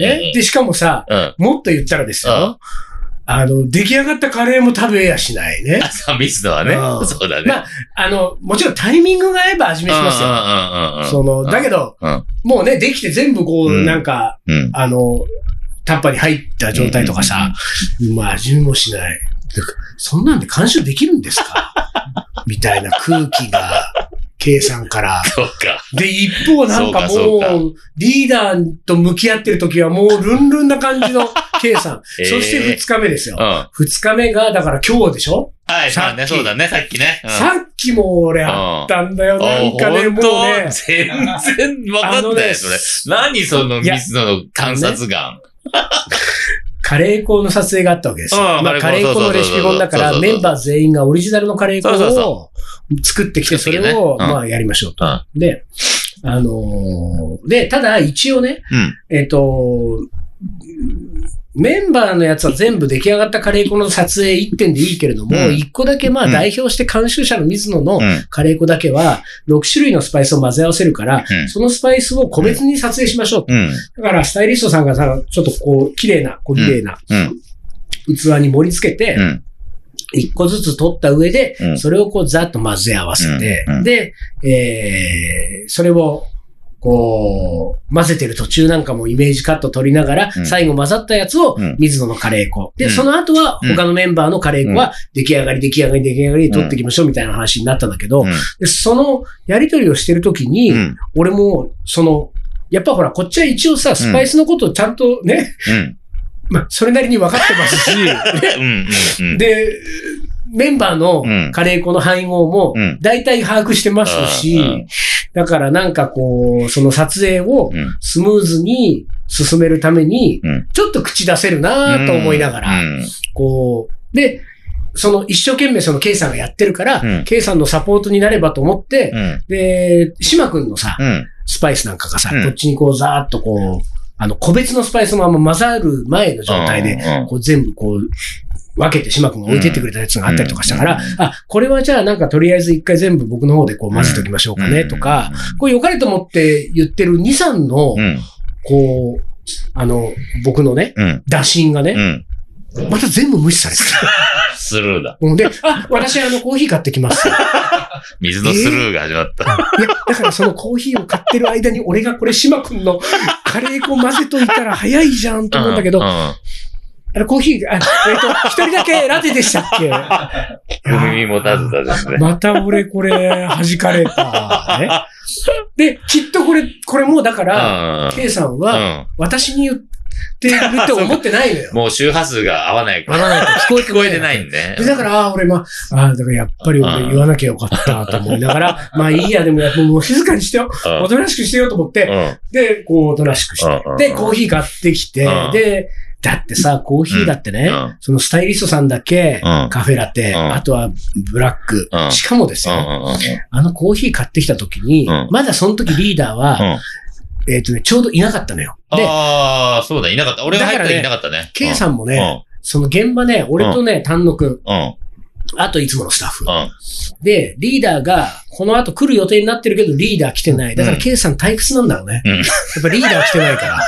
[SPEAKER 1] ね。で、しかもさ、
[SPEAKER 2] うん。
[SPEAKER 1] もっと言ったらです
[SPEAKER 2] う
[SPEAKER 1] よ。あの、出来上がったカレーも食べやしないね。
[SPEAKER 2] 朝水野はね
[SPEAKER 1] う。ん
[SPEAKER 2] そうだね。
[SPEAKER 1] まあ、あの、もちろんタイミングが合えば味見しますよ。
[SPEAKER 2] う
[SPEAKER 1] そ
[SPEAKER 2] ん
[SPEAKER 1] の、だけど
[SPEAKER 2] うん、
[SPEAKER 1] もうね、できて全部こ
[SPEAKER 2] う
[SPEAKER 1] う、
[SPEAKER 2] ん
[SPEAKER 1] なんか、
[SPEAKER 2] うんうんうん。うん。
[SPEAKER 1] あの、タッパーに入った状態とかさ、まあ、味見もしない。てかそんなんで監修できるんです かみたいな空気が、K さんから。
[SPEAKER 2] そうか。
[SPEAKER 1] で、一方なんか
[SPEAKER 2] そうかそ
[SPEAKER 1] もう、リーダーと向き合ってる時はもう、ルンルンな感じの K さん。
[SPEAKER 2] えー
[SPEAKER 1] そして二日目ですよ
[SPEAKER 2] うん。。は
[SPEAKER 1] 二日目が、だから今日でしょ、
[SPEAKER 2] い、そうだね、そうだね、さっきね。うん
[SPEAKER 1] さっきも俺あったんだよ。なんかね、もうね
[SPEAKER 2] あ本当。全然わか
[SPEAKER 1] あの
[SPEAKER 2] んない
[SPEAKER 1] ね
[SPEAKER 2] よ、それ。何その
[SPEAKER 1] いや
[SPEAKER 2] 水野の観察眼。
[SPEAKER 1] カレー粉の撮影があったわけですよ。
[SPEAKER 2] うん
[SPEAKER 1] まあ、カ
[SPEAKER 2] カレ
[SPEAKER 1] レ
[SPEAKER 2] ー
[SPEAKER 1] ー
[SPEAKER 2] 粉
[SPEAKER 1] 粉のレシピ本だか
[SPEAKER 2] そ
[SPEAKER 1] ら、
[SPEAKER 2] うそうそうそう
[SPEAKER 1] メンバー全員がオリジナルのカレー粉
[SPEAKER 2] そうそう
[SPEAKER 1] を
[SPEAKER 2] そ
[SPEAKER 1] 作ってきて、そ
[SPEAKER 2] 作ってきて
[SPEAKER 1] れ
[SPEAKER 2] ね
[SPEAKER 1] を、
[SPEAKER 2] うん
[SPEAKER 1] まあ、やりましょうと。
[SPEAKER 2] うん
[SPEAKER 1] で、あのーで、ただ一応ね、
[SPEAKER 2] うん。
[SPEAKER 1] えっ、と、メンバーのやつは全部出来上がったカレー粉の撮影1点でいいけれども、
[SPEAKER 2] うん
[SPEAKER 1] 1個だけまあ
[SPEAKER 2] うん
[SPEAKER 1] 代表して監修者の水野の
[SPEAKER 2] うん。
[SPEAKER 1] カレー粉だけは6種類のスパイスを混ぜ合わせるから、
[SPEAKER 2] うん
[SPEAKER 1] そのスパイスを個別に撮影しましょう。
[SPEAKER 2] うん。
[SPEAKER 1] だからスタイリストさんがさ、ちょっとこう、綺麗な、小綺麗な
[SPEAKER 2] うん。
[SPEAKER 1] 器に盛り付けて
[SPEAKER 2] う、ん。
[SPEAKER 1] 1個ずつ取った上で、
[SPEAKER 2] うん
[SPEAKER 1] それをこうざっと混ぜ合わせて
[SPEAKER 2] うんう、ん
[SPEAKER 1] で、えー、それを、こう、混ぜてる途中なんかもイメージカット取りながら、
[SPEAKER 2] うん
[SPEAKER 1] 最後混ざったやつを
[SPEAKER 2] うん
[SPEAKER 1] 水野のカレー粉。
[SPEAKER 2] う
[SPEAKER 1] で、
[SPEAKER 2] ん
[SPEAKER 1] その後は
[SPEAKER 2] うん
[SPEAKER 1] 他のメンバーのカレー粉は出来上がり、出来上がり、出来上がりで取っていきましょうみたいな話になったんだけど、でそのやりとりをしてるときに、
[SPEAKER 2] うん。
[SPEAKER 1] 俺も、その、やっぱほら、こっちは一応さ、スパイスのことをちゃんとね、
[SPEAKER 2] うん。
[SPEAKER 1] まあ、それなりに分かってますし、
[SPEAKER 2] うん。うん。
[SPEAKER 1] で、メンバーの
[SPEAKER 2] うん
[SPEAKER 1] カレー粉の配合も
[SPEAKER 2] うん、
[SPEAKER 1] 大体把握してますし、
[SPEAKER 2] うんうん
[SPEAKER 1] だからなんかこう、その撮影を
[SPEAKER 2] うん
[SPEAKER 1] スムーズに進めるために
[SPEAKER 2] うん、
[SPEAKER 1] ちょっと口出せるなと思いながら、
[SPEAKER 2] うん
[SPEAKER 1] こう、で、その一生懸命その K さんがやってるから、
[SPEAKER 2] うん
[SPEAKER 1] K さんのサポートになればと思って、
[SPEAKER 2] うん。
[SPEAKER 1] で、島くんのさ、
[SPEAKER 2] うん。
[SPEAKER 1] スパイスなんかがさ、
[SPEAKER 2] うん
[SPEAKER 1] こっちにこうザーっとこう、あの、個別のスパイスもあんま混ざる前の状態で、
[SPEAKER 2] うん
[SPEAKER 1] こう全部こう、分けて島君が置いてってくれたやつがあったりとかしたから、
[SPEAKER 2] う
[SPEAKER 1] あ、これはじゃあなんかとりあえず一回全部僕の方でこう混ぜておきましょうかねとか、、こう良かれと思って言ってる2、3の
[SPEAKER 2] う、ん。
[SPEAKER 1] こう、あの、僕のね、
[SPEAKER 2] うん。
[SPEAKER 1] 打診が
[SPEAKER 2] う
[SPEAKER 1] ね、
[SPEAKER 2] ん。
[SPEAKER 1] また全部無視されて
[SPEAKER 2] スルーだ。
[SPEAKER 1] る。で、あ、私あのコーヒー買ってきます。い
[SPEAKER 2] 水のスルーが始まった。
[SPEAKER 1] や、だからそのコーヒーを買ってる間に俺がこれ島君のカレー粉混ぜといたら早いじゃんと思うんだけど、
[SPEAKER 2] う
[SPEAKER 1] あのコーヒー、あ、えっ、と、一人だけラテでしたっ け
[SPEAKER 2] ん。踏み持たずだですね。
[SPEAKER 1] また俺これ、弾かれた、ね。で、きっとこれ、これもうだから、
[SPEAKER 2] う
[SPEAKER 1] K さん
[SPEAKER 2] んう
[SPEAKER 1] は、
[SPEAKER 2] ん。
[SPEAKER 1] 私に言ってるって思ってないのよ。
[SPEAKER 2] もう周波数が合わないから。
[SPEAKER 1] わないと聞こえ
[SPEAKER 2] 聞こえてないんで
[SPEAKER 1] で、。だから、ああ、俺、まあ、ああ、だからやっぱり俺言わなきゃよかったと思いながら、まあいいや、でもやっぱもう静かにしてよ。
[SPEAKER 2] うん
[SPEAKER 1] おとなしくしてよと思っ
[SPEAKER 2] う
[SPEAKER 1] て、
[SPEAKER 2] ん
[SPEAKER 1] で、こう、おとなしくして。
[SPEAKER 2] うん
[SPEAKER 1] で、コーヒー買ってきて
[SPEAKER 2] う、ん
[SPEAKER 1] で、だってさ、コーヒーだってね
[SPEAKER 2] うん、
[SPEAKER 1] そのスタイリストさんだけ
[SPEAKER 2] うん、
[SPEAKER 1] カフェラテ、
[SPEAKER 2] うん
[SPEAKER 1] あとはブラック
[SPEAKER 2] う、ん
[SPEAKER 1] しかもです
[SPEAKER 2] う
[SPEAKER 1] よ、
[SPEAKER 2] んうんうん
[SPEAKER 1] あのコーヒー買ってきた時に、
[SPEAKER 2] うん
[SPEAKER 1] まだその時リーダーは、
[SPEAKER 2] うん
[SPEAKER 1] えっ、とね、ちょうどいなかったのよ。で、
[SPEAKER 2] ああ、そうだ、いなかった。俺が入ったらいなかったね。
[SPEAKER 1] K
[SPEAKER 2] ん
[SPEAKER 1] さんも
[SPEAKER 2] う
[SPEAKER 1] ね、
[SPEAKER 2] ん。
[SPEAKER 1] その現場ね、俺とね、丹野くん、
[SPEAKER 2] うん。
[SPEAKER 1] あといつものスタッフ。
[SPEAKER 2] うん。
[SPEAKER 1] で、リーダーが、この後来る予定になってるけど、リーダー来てない。だから
[SPEAKER 2] うん
[SPEAKER 1] K さん退屈なんだろうね。
[SPEAKER 2] うん
[SPEAKER 1] やっぱリーダー来てないから。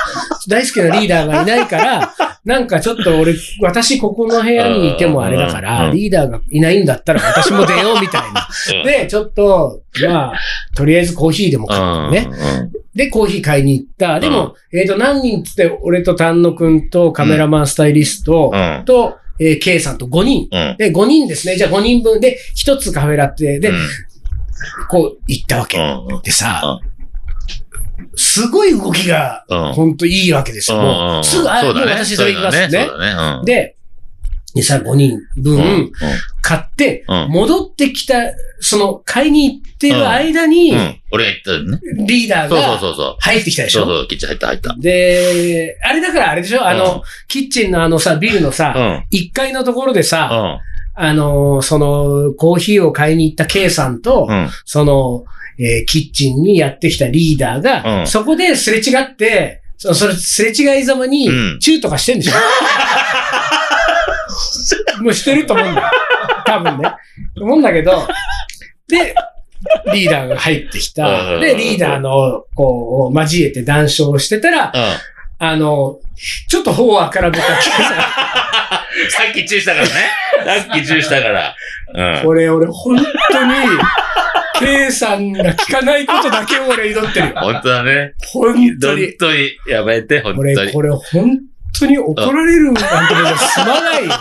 [SPEAKER 1] 大好きなリーダーがいないから、なんかちょっと俺、私ここの部屋にいてもあれだか
[SPEAKER 2] うん
[SPEAKER 1] ら、
[SPEAKER 2] うん
[SPEAKER 1] リーダーがいないんだったら私も出ようみたいな。で、ちょっと、まあ、とりあえずコーヒーでも買ってね。
[SPEAKER 2] ね。
[SPEAKER 1] で、コーヒー買いに行った。でも、えっ、と、何人っつって、俺と丹野くんとカメラマンスタイリスト
[SPEAKER 2] うん。
[SPEAKER 1] と、えー K さんと5人。
[SPEAKER 2] うん。
[SPEAKER 1] で、5人ですね。じゃあ5人分で、1つカフェラテで
[SPEAKER 2] うん、
[SPEAKER 1] こう、行ったわけ。
[SPEAKER 2] うん
[SPEAKER 1] でさ、すごい動きが、
[SPEAKER 2] うん。
[SPEAKER 1] ほんといいわけですよ。もうすぐ、あ、
[SPEAKER 2] そ
[SPEAKER 1] も
[SPEAKER 2] う
[SPEAKER 1] う
[SPEAKER 2] だね。
[SPEAKER 1] 私それ行きますね
[SPEAKER 2] そう。だね。
[SPEAKER 1] で、でさ、5人分、買って、
[SPEAKER 2] うん
[SPEAKER 1] 戻ってきた、その、買いに行ってる間に
[SPEAKER 2] う、ん。俺が言ったのね。
[SPEAKER 1] リーダー
[SPEAKER 2] そうそう
[SPEAKER 1] が
[SPEAKER 2] そうそう。
[SPEAKER 1] 入ってきたでし
[SPEAKER 2] そう
[SPEAKER 1] ょ
[SPEAKER 2] そう、キッチン入った入った。
[SPEAKER 1] で、あれだからあれでしょあ
[SPEAKER 2] うん
[SPEAKER 1] の、キッチンのあのさ、ビルの
[SPEAKER 2] う
[SPEAKER 1] さ、
[SPEAKER 2] ん。
[SPEAKER 1] 1階のところでさ、
[SPEAKER 2] う
[SPEAKER 1] あの、その、コーヒーを買いに行った K さんと、
[SPEAKER 2] ん。うん。
[SPEAKER 1] その、えーキッチンにやってきたリーダーが、
[SPEAKER 2] うん
[SPEAKER 1] そこですれ違って、そそれ、すれ違いざまに
[SPEAKER 2] うん、
[SPEAKER 1] チューとかしてんで しょ、もうしてると思うんだよ。多分ね。思うんだけど、で、リーダーが入ってき
[SPEAKER 2] う
[SPEAKER 1] た。
[SPEAKER 2] ん
[SPEAKER 1] で、リーダーの、こう、交えて談笑をしてたら、
[SPEAKER 2] うん。
[SPEAKER 1] あの、ちょっと頬をあからめた気がする
[SPEAKER 2] さっきチューしたからね。 さっきチューしたから。うん。
[SPEAKER 1] これ、俺、本当に、K さんが聞かないことだけを俺祈ってるよ。
[SPEAKER 2] 本当だね。
[SPEAKER 1] 本当
[SPEAKER 2] 本
[SPEAKER 1] に。
[SPEAKER 2] 当に。やめて、本当に。
[SPEAKER 1] 俺、これ本当に怒られるなんてことすまないよね。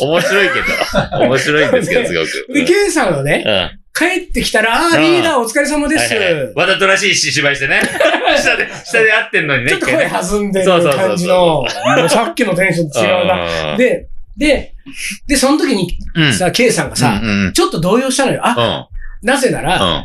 [SPEAKER 2] 面白いけど。面白いんですけど、すごく。
[SPEAKER 1] で、ケイさんは
[SPEAKER 2] う
[SPEAKER 1] ね、
[SPEAKER 2] ん。は
[SPEAKER 1] 帰ってきたら、ああ、
[SPEAKER 2] うん
[SPEAKER 1] リーダーお疲れ様で
[SPEAKER 2] い
[SPEAKER 1] す。
[SPEAKER 2] はいはい。わざとらしい芝居し てね。下で、下で合ってんのにね。
[SPEAKER 1] ちょっと声弾んでる
[SPEAKER 2] そうそうそうそう
[SPEAKER 1] 感じ の、もうさっきのテンションと
[SPEAKER 2] 一回ね
[SPEAKER 1] 違うな。で、で、で、その時に
[SPEAKER 2] うん。うん。
[SPEAKER 1] さ、ケイさんがさ
[SPEAKER 2] う、んうん
[SPEAKER 1] ちょっと動揺したのよ。あ、なぜな
[SPEAKER 2] う
[SPEAKER 1] ら、
[SPEAKER 2] ん。うん。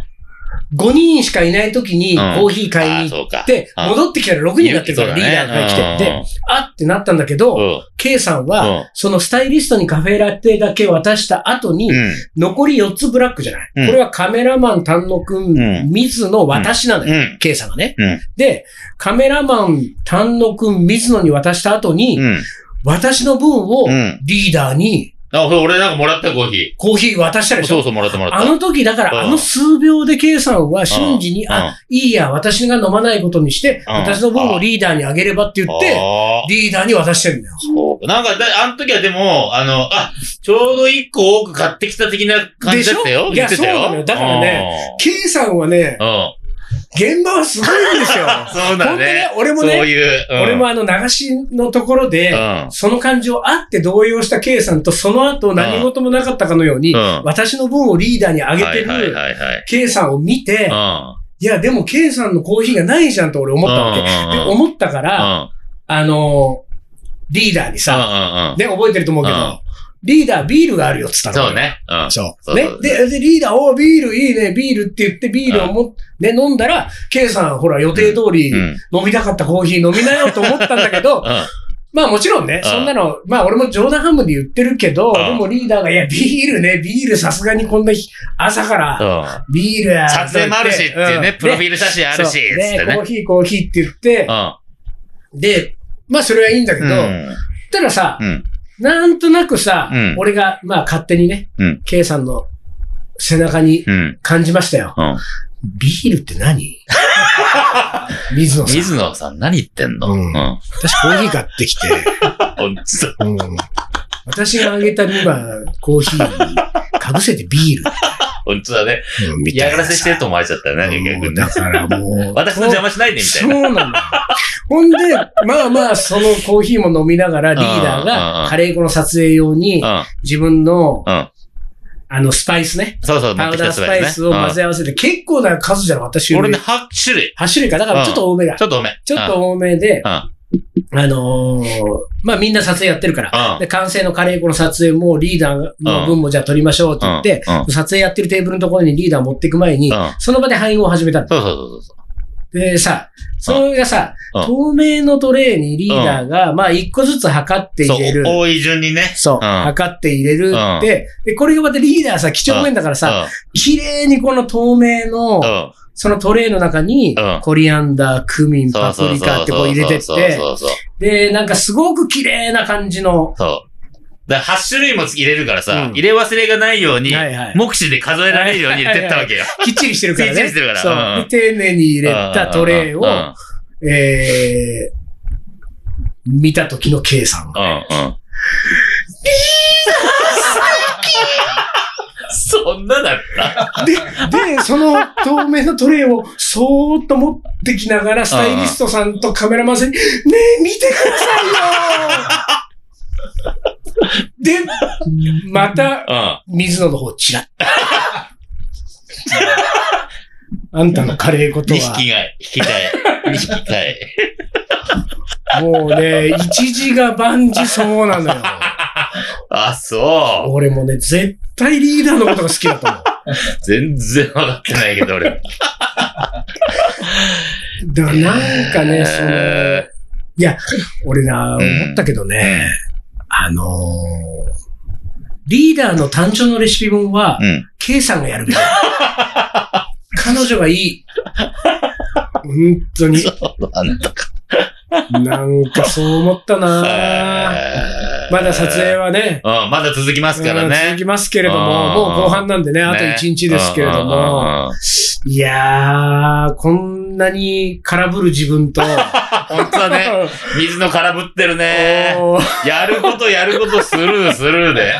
[SPEAKER 1] 5人しかいない時に
[SPEAKER 2] うん
[SPEAKER 1] コーヒー買
[SPEAKER 2] あ
[SPEAKER 1] い
[SPEAKER 2] あ、
[SPEAKER 1] に行
[SPEAKER 2] そうか
[SPEAKER 1] っ。て、
[SPEAKER 2] うん
[SPEAKER 1] 戻ってきたら6人になってるから、リーダーが来て、で、あってなったんだけど、K さんは、そのスタイリストにカフェラテだけ渡した後に
[SPEAKER 2] うん。、うん。
[SPEAKER 1] 残り4つブラックじゃない、
[SPEAKER 2] うん
[SPEAKER 1] これはカメラマン丹野く
[SPEAKER 2] うん
[SPEAKER 1] ん、水野、私なの
[SPEAKER 2] う
[SPEAKER 1] よ。
[SPEAKER 2] ん。
[SPEAKER 1] K さんがね。
[SPEAKER 2] うん
[SPEAKER 1] で、カメラマン丹野くん、水野に渡した後に、
[SPEAKER 2] うん。
[SPEAKER 1] 私の分を
[SPEAKER 2] うん。
[SPEAKER 1] リーダーに
[SPEAKER 2] あ、俺なんかもらったコーヒ
[SPEAKER 1] コーヒー渡したで
[SPEAKER 2] ー。
[SPEAKER 1] し
[SPEAKER 2] そ
[SPEAKER 1] ょ
[SPEAKER 2] うそう、もらったもらった。
[SPEAKER 1] あの時だから、
[SPEAKER 2] うん
[SPEAKER 1] あの数秒で K さんは瞬時に、
[SPEAKER 2] うん
[SPEAKER 1] あ、いいや、私が飲まないことにして、
[SPEAKER 2] うん
[SPEAKER 1] 私の分をリーダーにあげればって言って、
[SPEAKER 2] あー
[SPEAKER 1] リーダーに渡してんだよ。
[SPEAKER 2] そう。なんか、だあの時はでも、あの、あ、ちょうど一個多く買ってきた的な感じだったよ。
[SPEAKER 1] でしょいや
[SPEAKER 2] 言ってたよ
[SPEAKER 1] そうなのよだからね K さんはね
[SPEAKER 2] う、ん。うん。
[SPEAKER 1] 現場はすごいんですよ。
[SPEAKER 2] そう
[SPEAKER 1] 本
[SPEAKER 2] だ
[SPEAKER 1] 当ね
[SPEAKER 2] ね。、
[SPEAKER 1] 俺も
[SPEAKER 2] そう
[SPEAKER 1] ね、
[SPEAKER 2] いう。うん
[SPEAKER 1] 俺もあの流しのところで、
[SPEAKER 2] うん
[SPEAKER 1] その感情あって動揺した K さんと、その後何事もなかったかのように、
[SPEAKER 2] うん
[SPEAKER 1] 私の分をリーダーにあげて
[SPEAKER 2] はい
[SPEAKER 1] る
[SPEAKER 2] はいはいはい。
[SPEAKER 1] K さんを見て、
[SPEAKER 2] 思
[SPEAKER 1] いや、でも K さんのコーヒーがないじゃんと俺思ったわけ。で、
[SPEAKER 2] 思っ
[SPEAKER 1] 思ったから、あのーリーダーにさ、
[SPEAKER 2] た
[SPEAKER 1] ね、覚えてると思うけ
[SPEAKER 2] うん
[SPEAKER 1] ど、リーダービールがあるよって言ったの。
[SPEAKER 2] そう。ね。うん
[SPEAKER 1] そう。
[SPEAKER 2] そう
[SPEAKER 1] ね
[SPEAKER 2] そう。
[SPEAKER 1] で、でリーダー、おービールいいね、ビールって言って、ビールをも、ね、飲んだら、K さん、ほら、予定通り、
[SPEAKER 2] うん。
[SPEAKER 1] 飲みたかったコーヒー飲みなよと思ったんだけ ど、
[SPEAKER 2] うん
[SPEAKER 1] まあもちろんね、
[SPEAKER 2] うん
[SPEAKER 1] そんなの、まあ俺も冗談半分で言ってるけど、
[SPEAKER 2] ん
[SPEAKER 1] でもリーダーが、いや、ビールね、ビールさすがにこんな日朝から、
[SPEAKER 2] うん
[SPEAKER 1] ビールや。
[SPEAKER 2] 撮影もあるしっていうね、
[SPEAKER 1] ん
[SPEAKER 2] プロフィール写真あるし、つ
[SPEAKER 1] そ
[SPEAKER 2] っ
[SPEAKER 1] う
[SPEAKER 2] て
[SPEAKER 1] コー
[SPEAKER 2] ね。
[SPEAKER 1] ヒー、コーヒーって言って
[SPEAKER 2] う、ん
[SPEAKER 1] で、まあそれはいいんだけど、たださ、
[SPEAKER 2] うん。
[SPEAKER 1] なんとなくさ
[SPEAKER 2] うん、
[SPEAKER 1] 俺が、まあ勝手にね
[SPEAKER 2] うん、
[SPEAKER 1] K さんの背中に
[SPEAKER 2] うん。
[SPEAKER 1] 感じましたよ。
[SPEAKER 2] うん。
[SPEAKER 1] ビールって 何水野さん。
[SPEAKER 2] 水野さん何言ってんの
[SPEAKER 1] う
[SPEAKER 2] うんん。本
[SPEAKER 1] 私コーヒー買ってきて、
[SPEAKER 2] 当だ
[SPEAKER 1] うん私があげた今、コーヒー、かぶせてビー
[SPEAKER 2] 本当だね。
[SPEAKER 1] ル、うんみたい
[SPEAKER 2] 嫌
[SPEAKER 1] な。
[SPEAKER 2] がらせしてると思われちゃったよね、逆
[SPEAKER 1] もう
[SPEAKER 2] にね
[SPEAKER 1] だからもう。
[SPEAKER 2] 私の邪魔しないで、みた
[SPEAKER 1] そ
[SPEAKER 2] いうな。
[SPEAKER 1] なんだ。ほんで、まあまあ、そのコーヒーも飲みながら、リーダー
[SPEAKER 2] うんうんう
[SPEAKER 1] が
[SPEAKER 2] ん、
[SPEAKER 1] カレー粉の撮影用に、自分の、
[SPEAKER 2] うん。うん。
[SPEAKER 1] あの、スパイスね。
[SPEAKER 2] そうそう、持
[SPEAKER 1] パ
[SPEAKER 2] っ
[SPEAKER 1] ウ
[SPEAKER 2] てき
[SPEAKER 1] ダー
[SPEAKER 2] た
[SPEAKER 1] スパイスを混
[SPEAKER 2] ね。
[SPEAKER 1] ぜ合わせて、結構な数じゃなかった、私
[SPEAKER 2] うん
[SPEAKER 1] 種
[SPEAKER 2] 俺ね、
[SPEAKER 1] 類。
[SPEAKER 2] 8種類。
[SPEAKER 1] 8種類か。だからちょっと多めだ
[SPEAKER 2] ち。ょっとごめん。
[SPEAKER 1] ちょっと多めで、あのー、まあみんな撮影やってるから、
[SPEAKER 2] うん
[SPEAKER 1] で、完成のカレー粉の撮影もリーダーの分もじゃあ撮りましょうって言って、
[SPEAKER 2] うんうん
[SPEAKER 1] 撮影やってるテーブルのところにリーダー持っていく前に、
[SPEAKER 2] うん
[SPEAKER 1] その場で配合を始めたんだ。
[SPEAKER 2] そうそうそう
[SPEAKER 1] でさ、それがさ、
[SPEAKER 2] うん
[SPEAKER 1] 透明のトレーにリーダーが、まあ一個ずつ測って
[SPEAKER 2] そう。
[SPEAKER 1] 入れ
[SPEAKER 2] そ
[SPEAKER 1] る。
[SPEAKER 2] う、多い順にね。
[SPEAKER 1] そう、
[SPEAKER 2] ん
[SPEAKER 1] 測って入れる
[SPEAKER 2] うん
[SPEAKER 1] って、で、これがまたリーダーさ、貴重面だからさ、綺麗にこの透明の、
[SPEAKER 2] うん。うん。
[SPEAKER 1] そのトレーの中に
[SPEAKER 2] うん、
[SPEAKER 1] コリアンダー、クミン、
[SPEAKER 2] そ
[SPEAKER 1] パ
[SPEAKER 2] う
[SPEAKER 1] プ
[SPEAKER 2] そう
[SPEAKER 1] リ
[SPEAKER 2] そ
[SPEAKER 1] カ
[SPEAKER 2] う
[SPEAKER 1] って
[SPEAKER 2] そ
[SPEAKER 1] こう
[SPEAKER 2] う。
[SPEAKER 1] 入れてっ
[SPEAKER 2] そう
[SPEAKER 1] て、
[SPEAKER 2] そうそう。
[SPEAKER 1] で、なんかすごく綺麗な感じの。
[SPEAKER 2] そう。だから8種類も入れるからさ、
[SPEAKER 1] うん
[SPEAKER 2] 入れ忘れがないように、
[SPEAKER 1] はいはい
[SPEAKER 2] 目視で数えられるように入れてったわけよ。
[SPEAKER 1] きっちりしてるからね。
[SPEAKER 2] きっちりしてるから
[SPEAKER 1] そう。
[SPEAKER 2] うん
[SPEAKER 1] で丁寧に入れたトレー
[SPEAKER 2] うん
[SPEAKER 1] を、えー、見た時の K さん
[SPEAKER 2] う
[SPEAKER 1] が。
[SPEAKER 2] んうん。 そんなだった
[SPEAKER 1] で、で、その透明のトレーをそーっと持ってきながら、スタイリストさんとカメラマンさんに、ねえ、見てくださいよで、また、
[SPEAKER 2] うん。
[SPEAKER 1] 水野の方チラッ。あんたのカレーこと
[SPEAKER 2] 2
[SPEAKER 1] は。
[SPEAKER 2] 匹が引きた い。2匹たい。
[SPEAKER 1] もうね、一時が万事そうなのよ。
[SPEAKER 2] あ、そう。
[SPEAKER 1] 俺もね、絶対リーダーのことが好きだ と思
[SPEAKER 2] 全然分かってないけど、俺。
[SPEAKER 1] う。だからなんかね、その、
[SPEAKER 2] え
[SPEAKER 1] いや、俺な、
[SPEAKER 2] うん
[SPEAKER 1] 思ったけどね、あのーリーダーの単調のレシピ本は
[SPEAKER 2] ー、うん。
[SPEAKER 1] K さんがやるべき。彼女がいい。本当に、
[SPEAKER 2] そうなんだ。
[SPEAKER 1] なんかそう思ったな
[SPEAKER 2] えー
[SPEAKER 1] まだ撮影はね、
[SPEAKER 2] うん、まだ続きますから
[SPEAKER 1] うん
[SPEAKER 2] ね
[SPEAKER 1] 続。きますけれども、
[SPEAKER 2] うん
[SPEAKER 1] もう後半なんでね、あと
[SPEAKER 2] ね
[SPEAKER 1] 1日ですけれど
[SPEAKER 2] うんうん
[SPEAKER 1] も、
[SPEAKER 2] うんうん
[SPEAKER 1] いやー、こんなに空振る自分 と、
[SPEAKER 2] 本当 だね。水の空振ってるね。
[SPEAKER 1] おー
[SPEAKER 2] やることやることスルースルーで。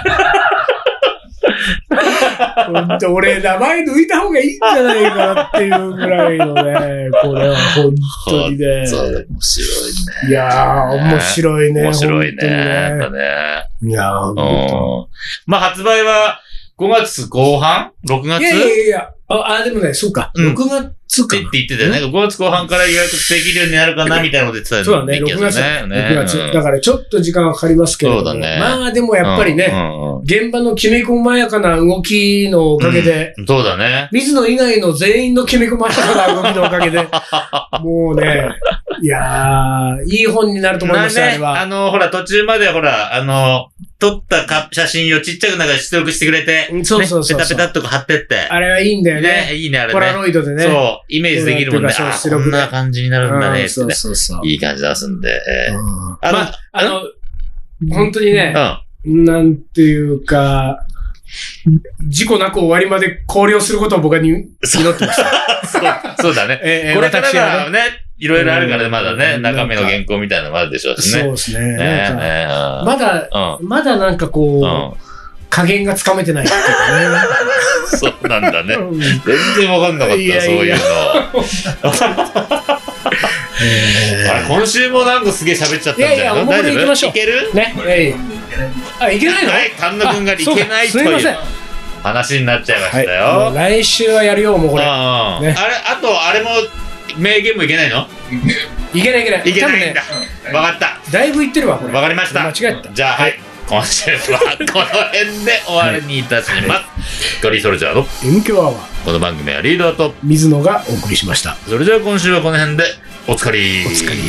[SPEAKER 1] 本当俺、名前抜いた方がいいんじゃないかなっていうぐらいのね、これは本当にね。
[SPEAKER 2] そう、面白い
[SPEAKER 1] いやー、面白いね。
[SPEAKER 2] ね。面白い
[SPEAKER 1] 本当に
[SPEAKER 2] ね。やっぱね。
[SPEAKER 1] いやー、本
[SPEAKER 2] うんまあ、発売は5月後半 ?6
[SPEAKER 1] 当
[SPEAKER 2] 月
[SPEAKER 1] にいやいやいや、あ、あでもね、そうか、
[SPEAKER 2] うん
[SPEAKER 1] 6月か
[SPEAKER 2] って。言ってたよね。5月後半から予約できるようになるかなみたいなこと言ってたよ
[SPEAKER 1] そうだね、
[SPEAKER 2] 言
[SPEAKER 1] 6
[SPEAKER 2] って
[SPEAKER 1] 月
[SPEAKER 2] たよね。
[SPEAKER 1] 6月。だからちょっと時間はかかりますけれども。
[SPEAKER 2] そうだね
[SPEAKER 1] まあでもやっぱりね、
[SPEAKER 2] ね。
[SPEAKER 1] 現場のきめ細やかな動きのおかげで、
[SPEAKER 2] うんそうだね。
[SPEAKER 1] 水野以外の全員のきめ細やかな動きのおかげ で、もうね、いやー、いい本になると思いま
[SPEAKER 2] まあ
[SPEAKER 1] した、あれ
[SPEAKER 2] ね、
[SPEAKER 1] は。
[SPEAKER 2] あの、ほら、途中までほら、あの、撮ったか写真をちっちゃくなんか出力してくれて、
[SPEAKER 1] う
[SPEAKER 2] ね
[SPEAKER 1] んそうそうそうそう
[SPEAKER 2] ペタペタっとこう貼ってって。
[SPEAKER 1] あれはいいんだよね。
[SPEAKER 2] ね、いいね、あれ
[SPEAKER 1] ポラ
[SPEAKER 2] ね。
[SPEAKER 1] ロイドでね。
[SPEAKER 2] そう、イメージできるもんね。
[SPEAKER 1] こうや
[SPEAKER 2] あ
[SPEAKER 1] って出
[SPEAKER 2] こ
[SPEAKER 1] 力で
[SPEAKER 2] んな感じになるんだね、
[SPEAKER 1] ん
[SPEAKER 2] って
[SPEAKER 1] そう
[SPEAKER 2] ね。
[SPEAKER 1] そうそう。
[SPEAKER 2] いい感じ出すんで。え
[SPEAKER 1] う
[SPEAKER 2] ー
[SPEAKER 1] んま
[SPEAKER 2] あの
[SPEAKER 1] あ、あの、本当にね、
[SPEAKER 2] うん。
[SPEAKER 1] なんていうか、事故なく終わりまで考慮することを僕はに祈ってま した。
[SPEAKER 2] そうそうだね。
[SPEAKER 1] え
[SPEAKER 2] これからだ。
[SPEAKER 1] 私は
[SPEAKER 2] ね、いろいろあるからね、まだ
[SPEAKER 1] う
[SPEAKER 2] ね、
[SPEAKER 1] ん
[SPEAKER 2] 中身の原稿みたいなのもあるでしょうし
[SPEAKER 1] そう
[SPEAKER 2] ね。
[SPEAKER 1] ですね。
[SPEAKER 2] ね
[SPEAKER 1] なんか
[SPEAKER 2] ねうん
[SPEAKER 1] まだ、
[SPEAKER 2] うん。
[SPEAKER 1] まだなんかこう、
[SPEAKER 2] う
[SPEAKER 1] 加減がつかめてないって
[SPEAKER 2] ん。そうなんだ ね
[SPEAKER 1] い。うかね。
[SPEAKER 2] 全然わかんなかった、そう
[SPEAKER 1] いやい
[SPEAKER 2] いう
[SPEAKER 1] や
[SPEAKER 2] の。あれ、今週もなんかすげえ喋っちゃったんじゃない
[SPEAKER 1] いやいや
[SPEAKER 2] の
[SPEAKER 1] もうこれ
[SPEAKER 2] 大丈夫
[SPEAKER 1] 行きましょう
[SPEAKER 2] いける
[SPEAKER 1] ね、えい。あ、いけないの
[SPEAKER 2] はい、神田くんがい
[SPEAKER 1] そう
[SPEAKER 2] けない
[SPEAKER 1] か
[SPEAKER 2] と
[SPEAKER 1] すい
[SPEAKER 2] い
[SPEAKER 1] ません
[SPEAKER 2] う。話になっちゃいました
[SPEAKER 1] はい。もう
[SPEAKER 2] よ。
[SPEAKER 1] 来週はやるよ、もうこれ。
[SPEAKER 2] ああれ、
[SPEAKER 1] ね
[SPEAKER 2] あと、あれも、名言もいけないの
[SPEAKER 1] いけないいけない。
[SPEAKER 2] いけないんだ
[SPEAKER 1] 多分ね。
[SPEAKER 2] わかった。
[SPEAKER 1] だいぶいってるわ、これ。
[SPEAKER 2] わかりました。
[SPEAKER 1] 間違えた。
[SPEAKER 2] じゃあ、はい。今週はこの辺で終わりにいたします。トリソルジャーの
[SPEAKER 1] M 強アワー、
[SPEAKER 2] この番組はリーダーと、
[SPEAKER 1] 水野がお送りしました。
[SPEAKER 2] それでは今週はこの辺でおつかり。おつかり。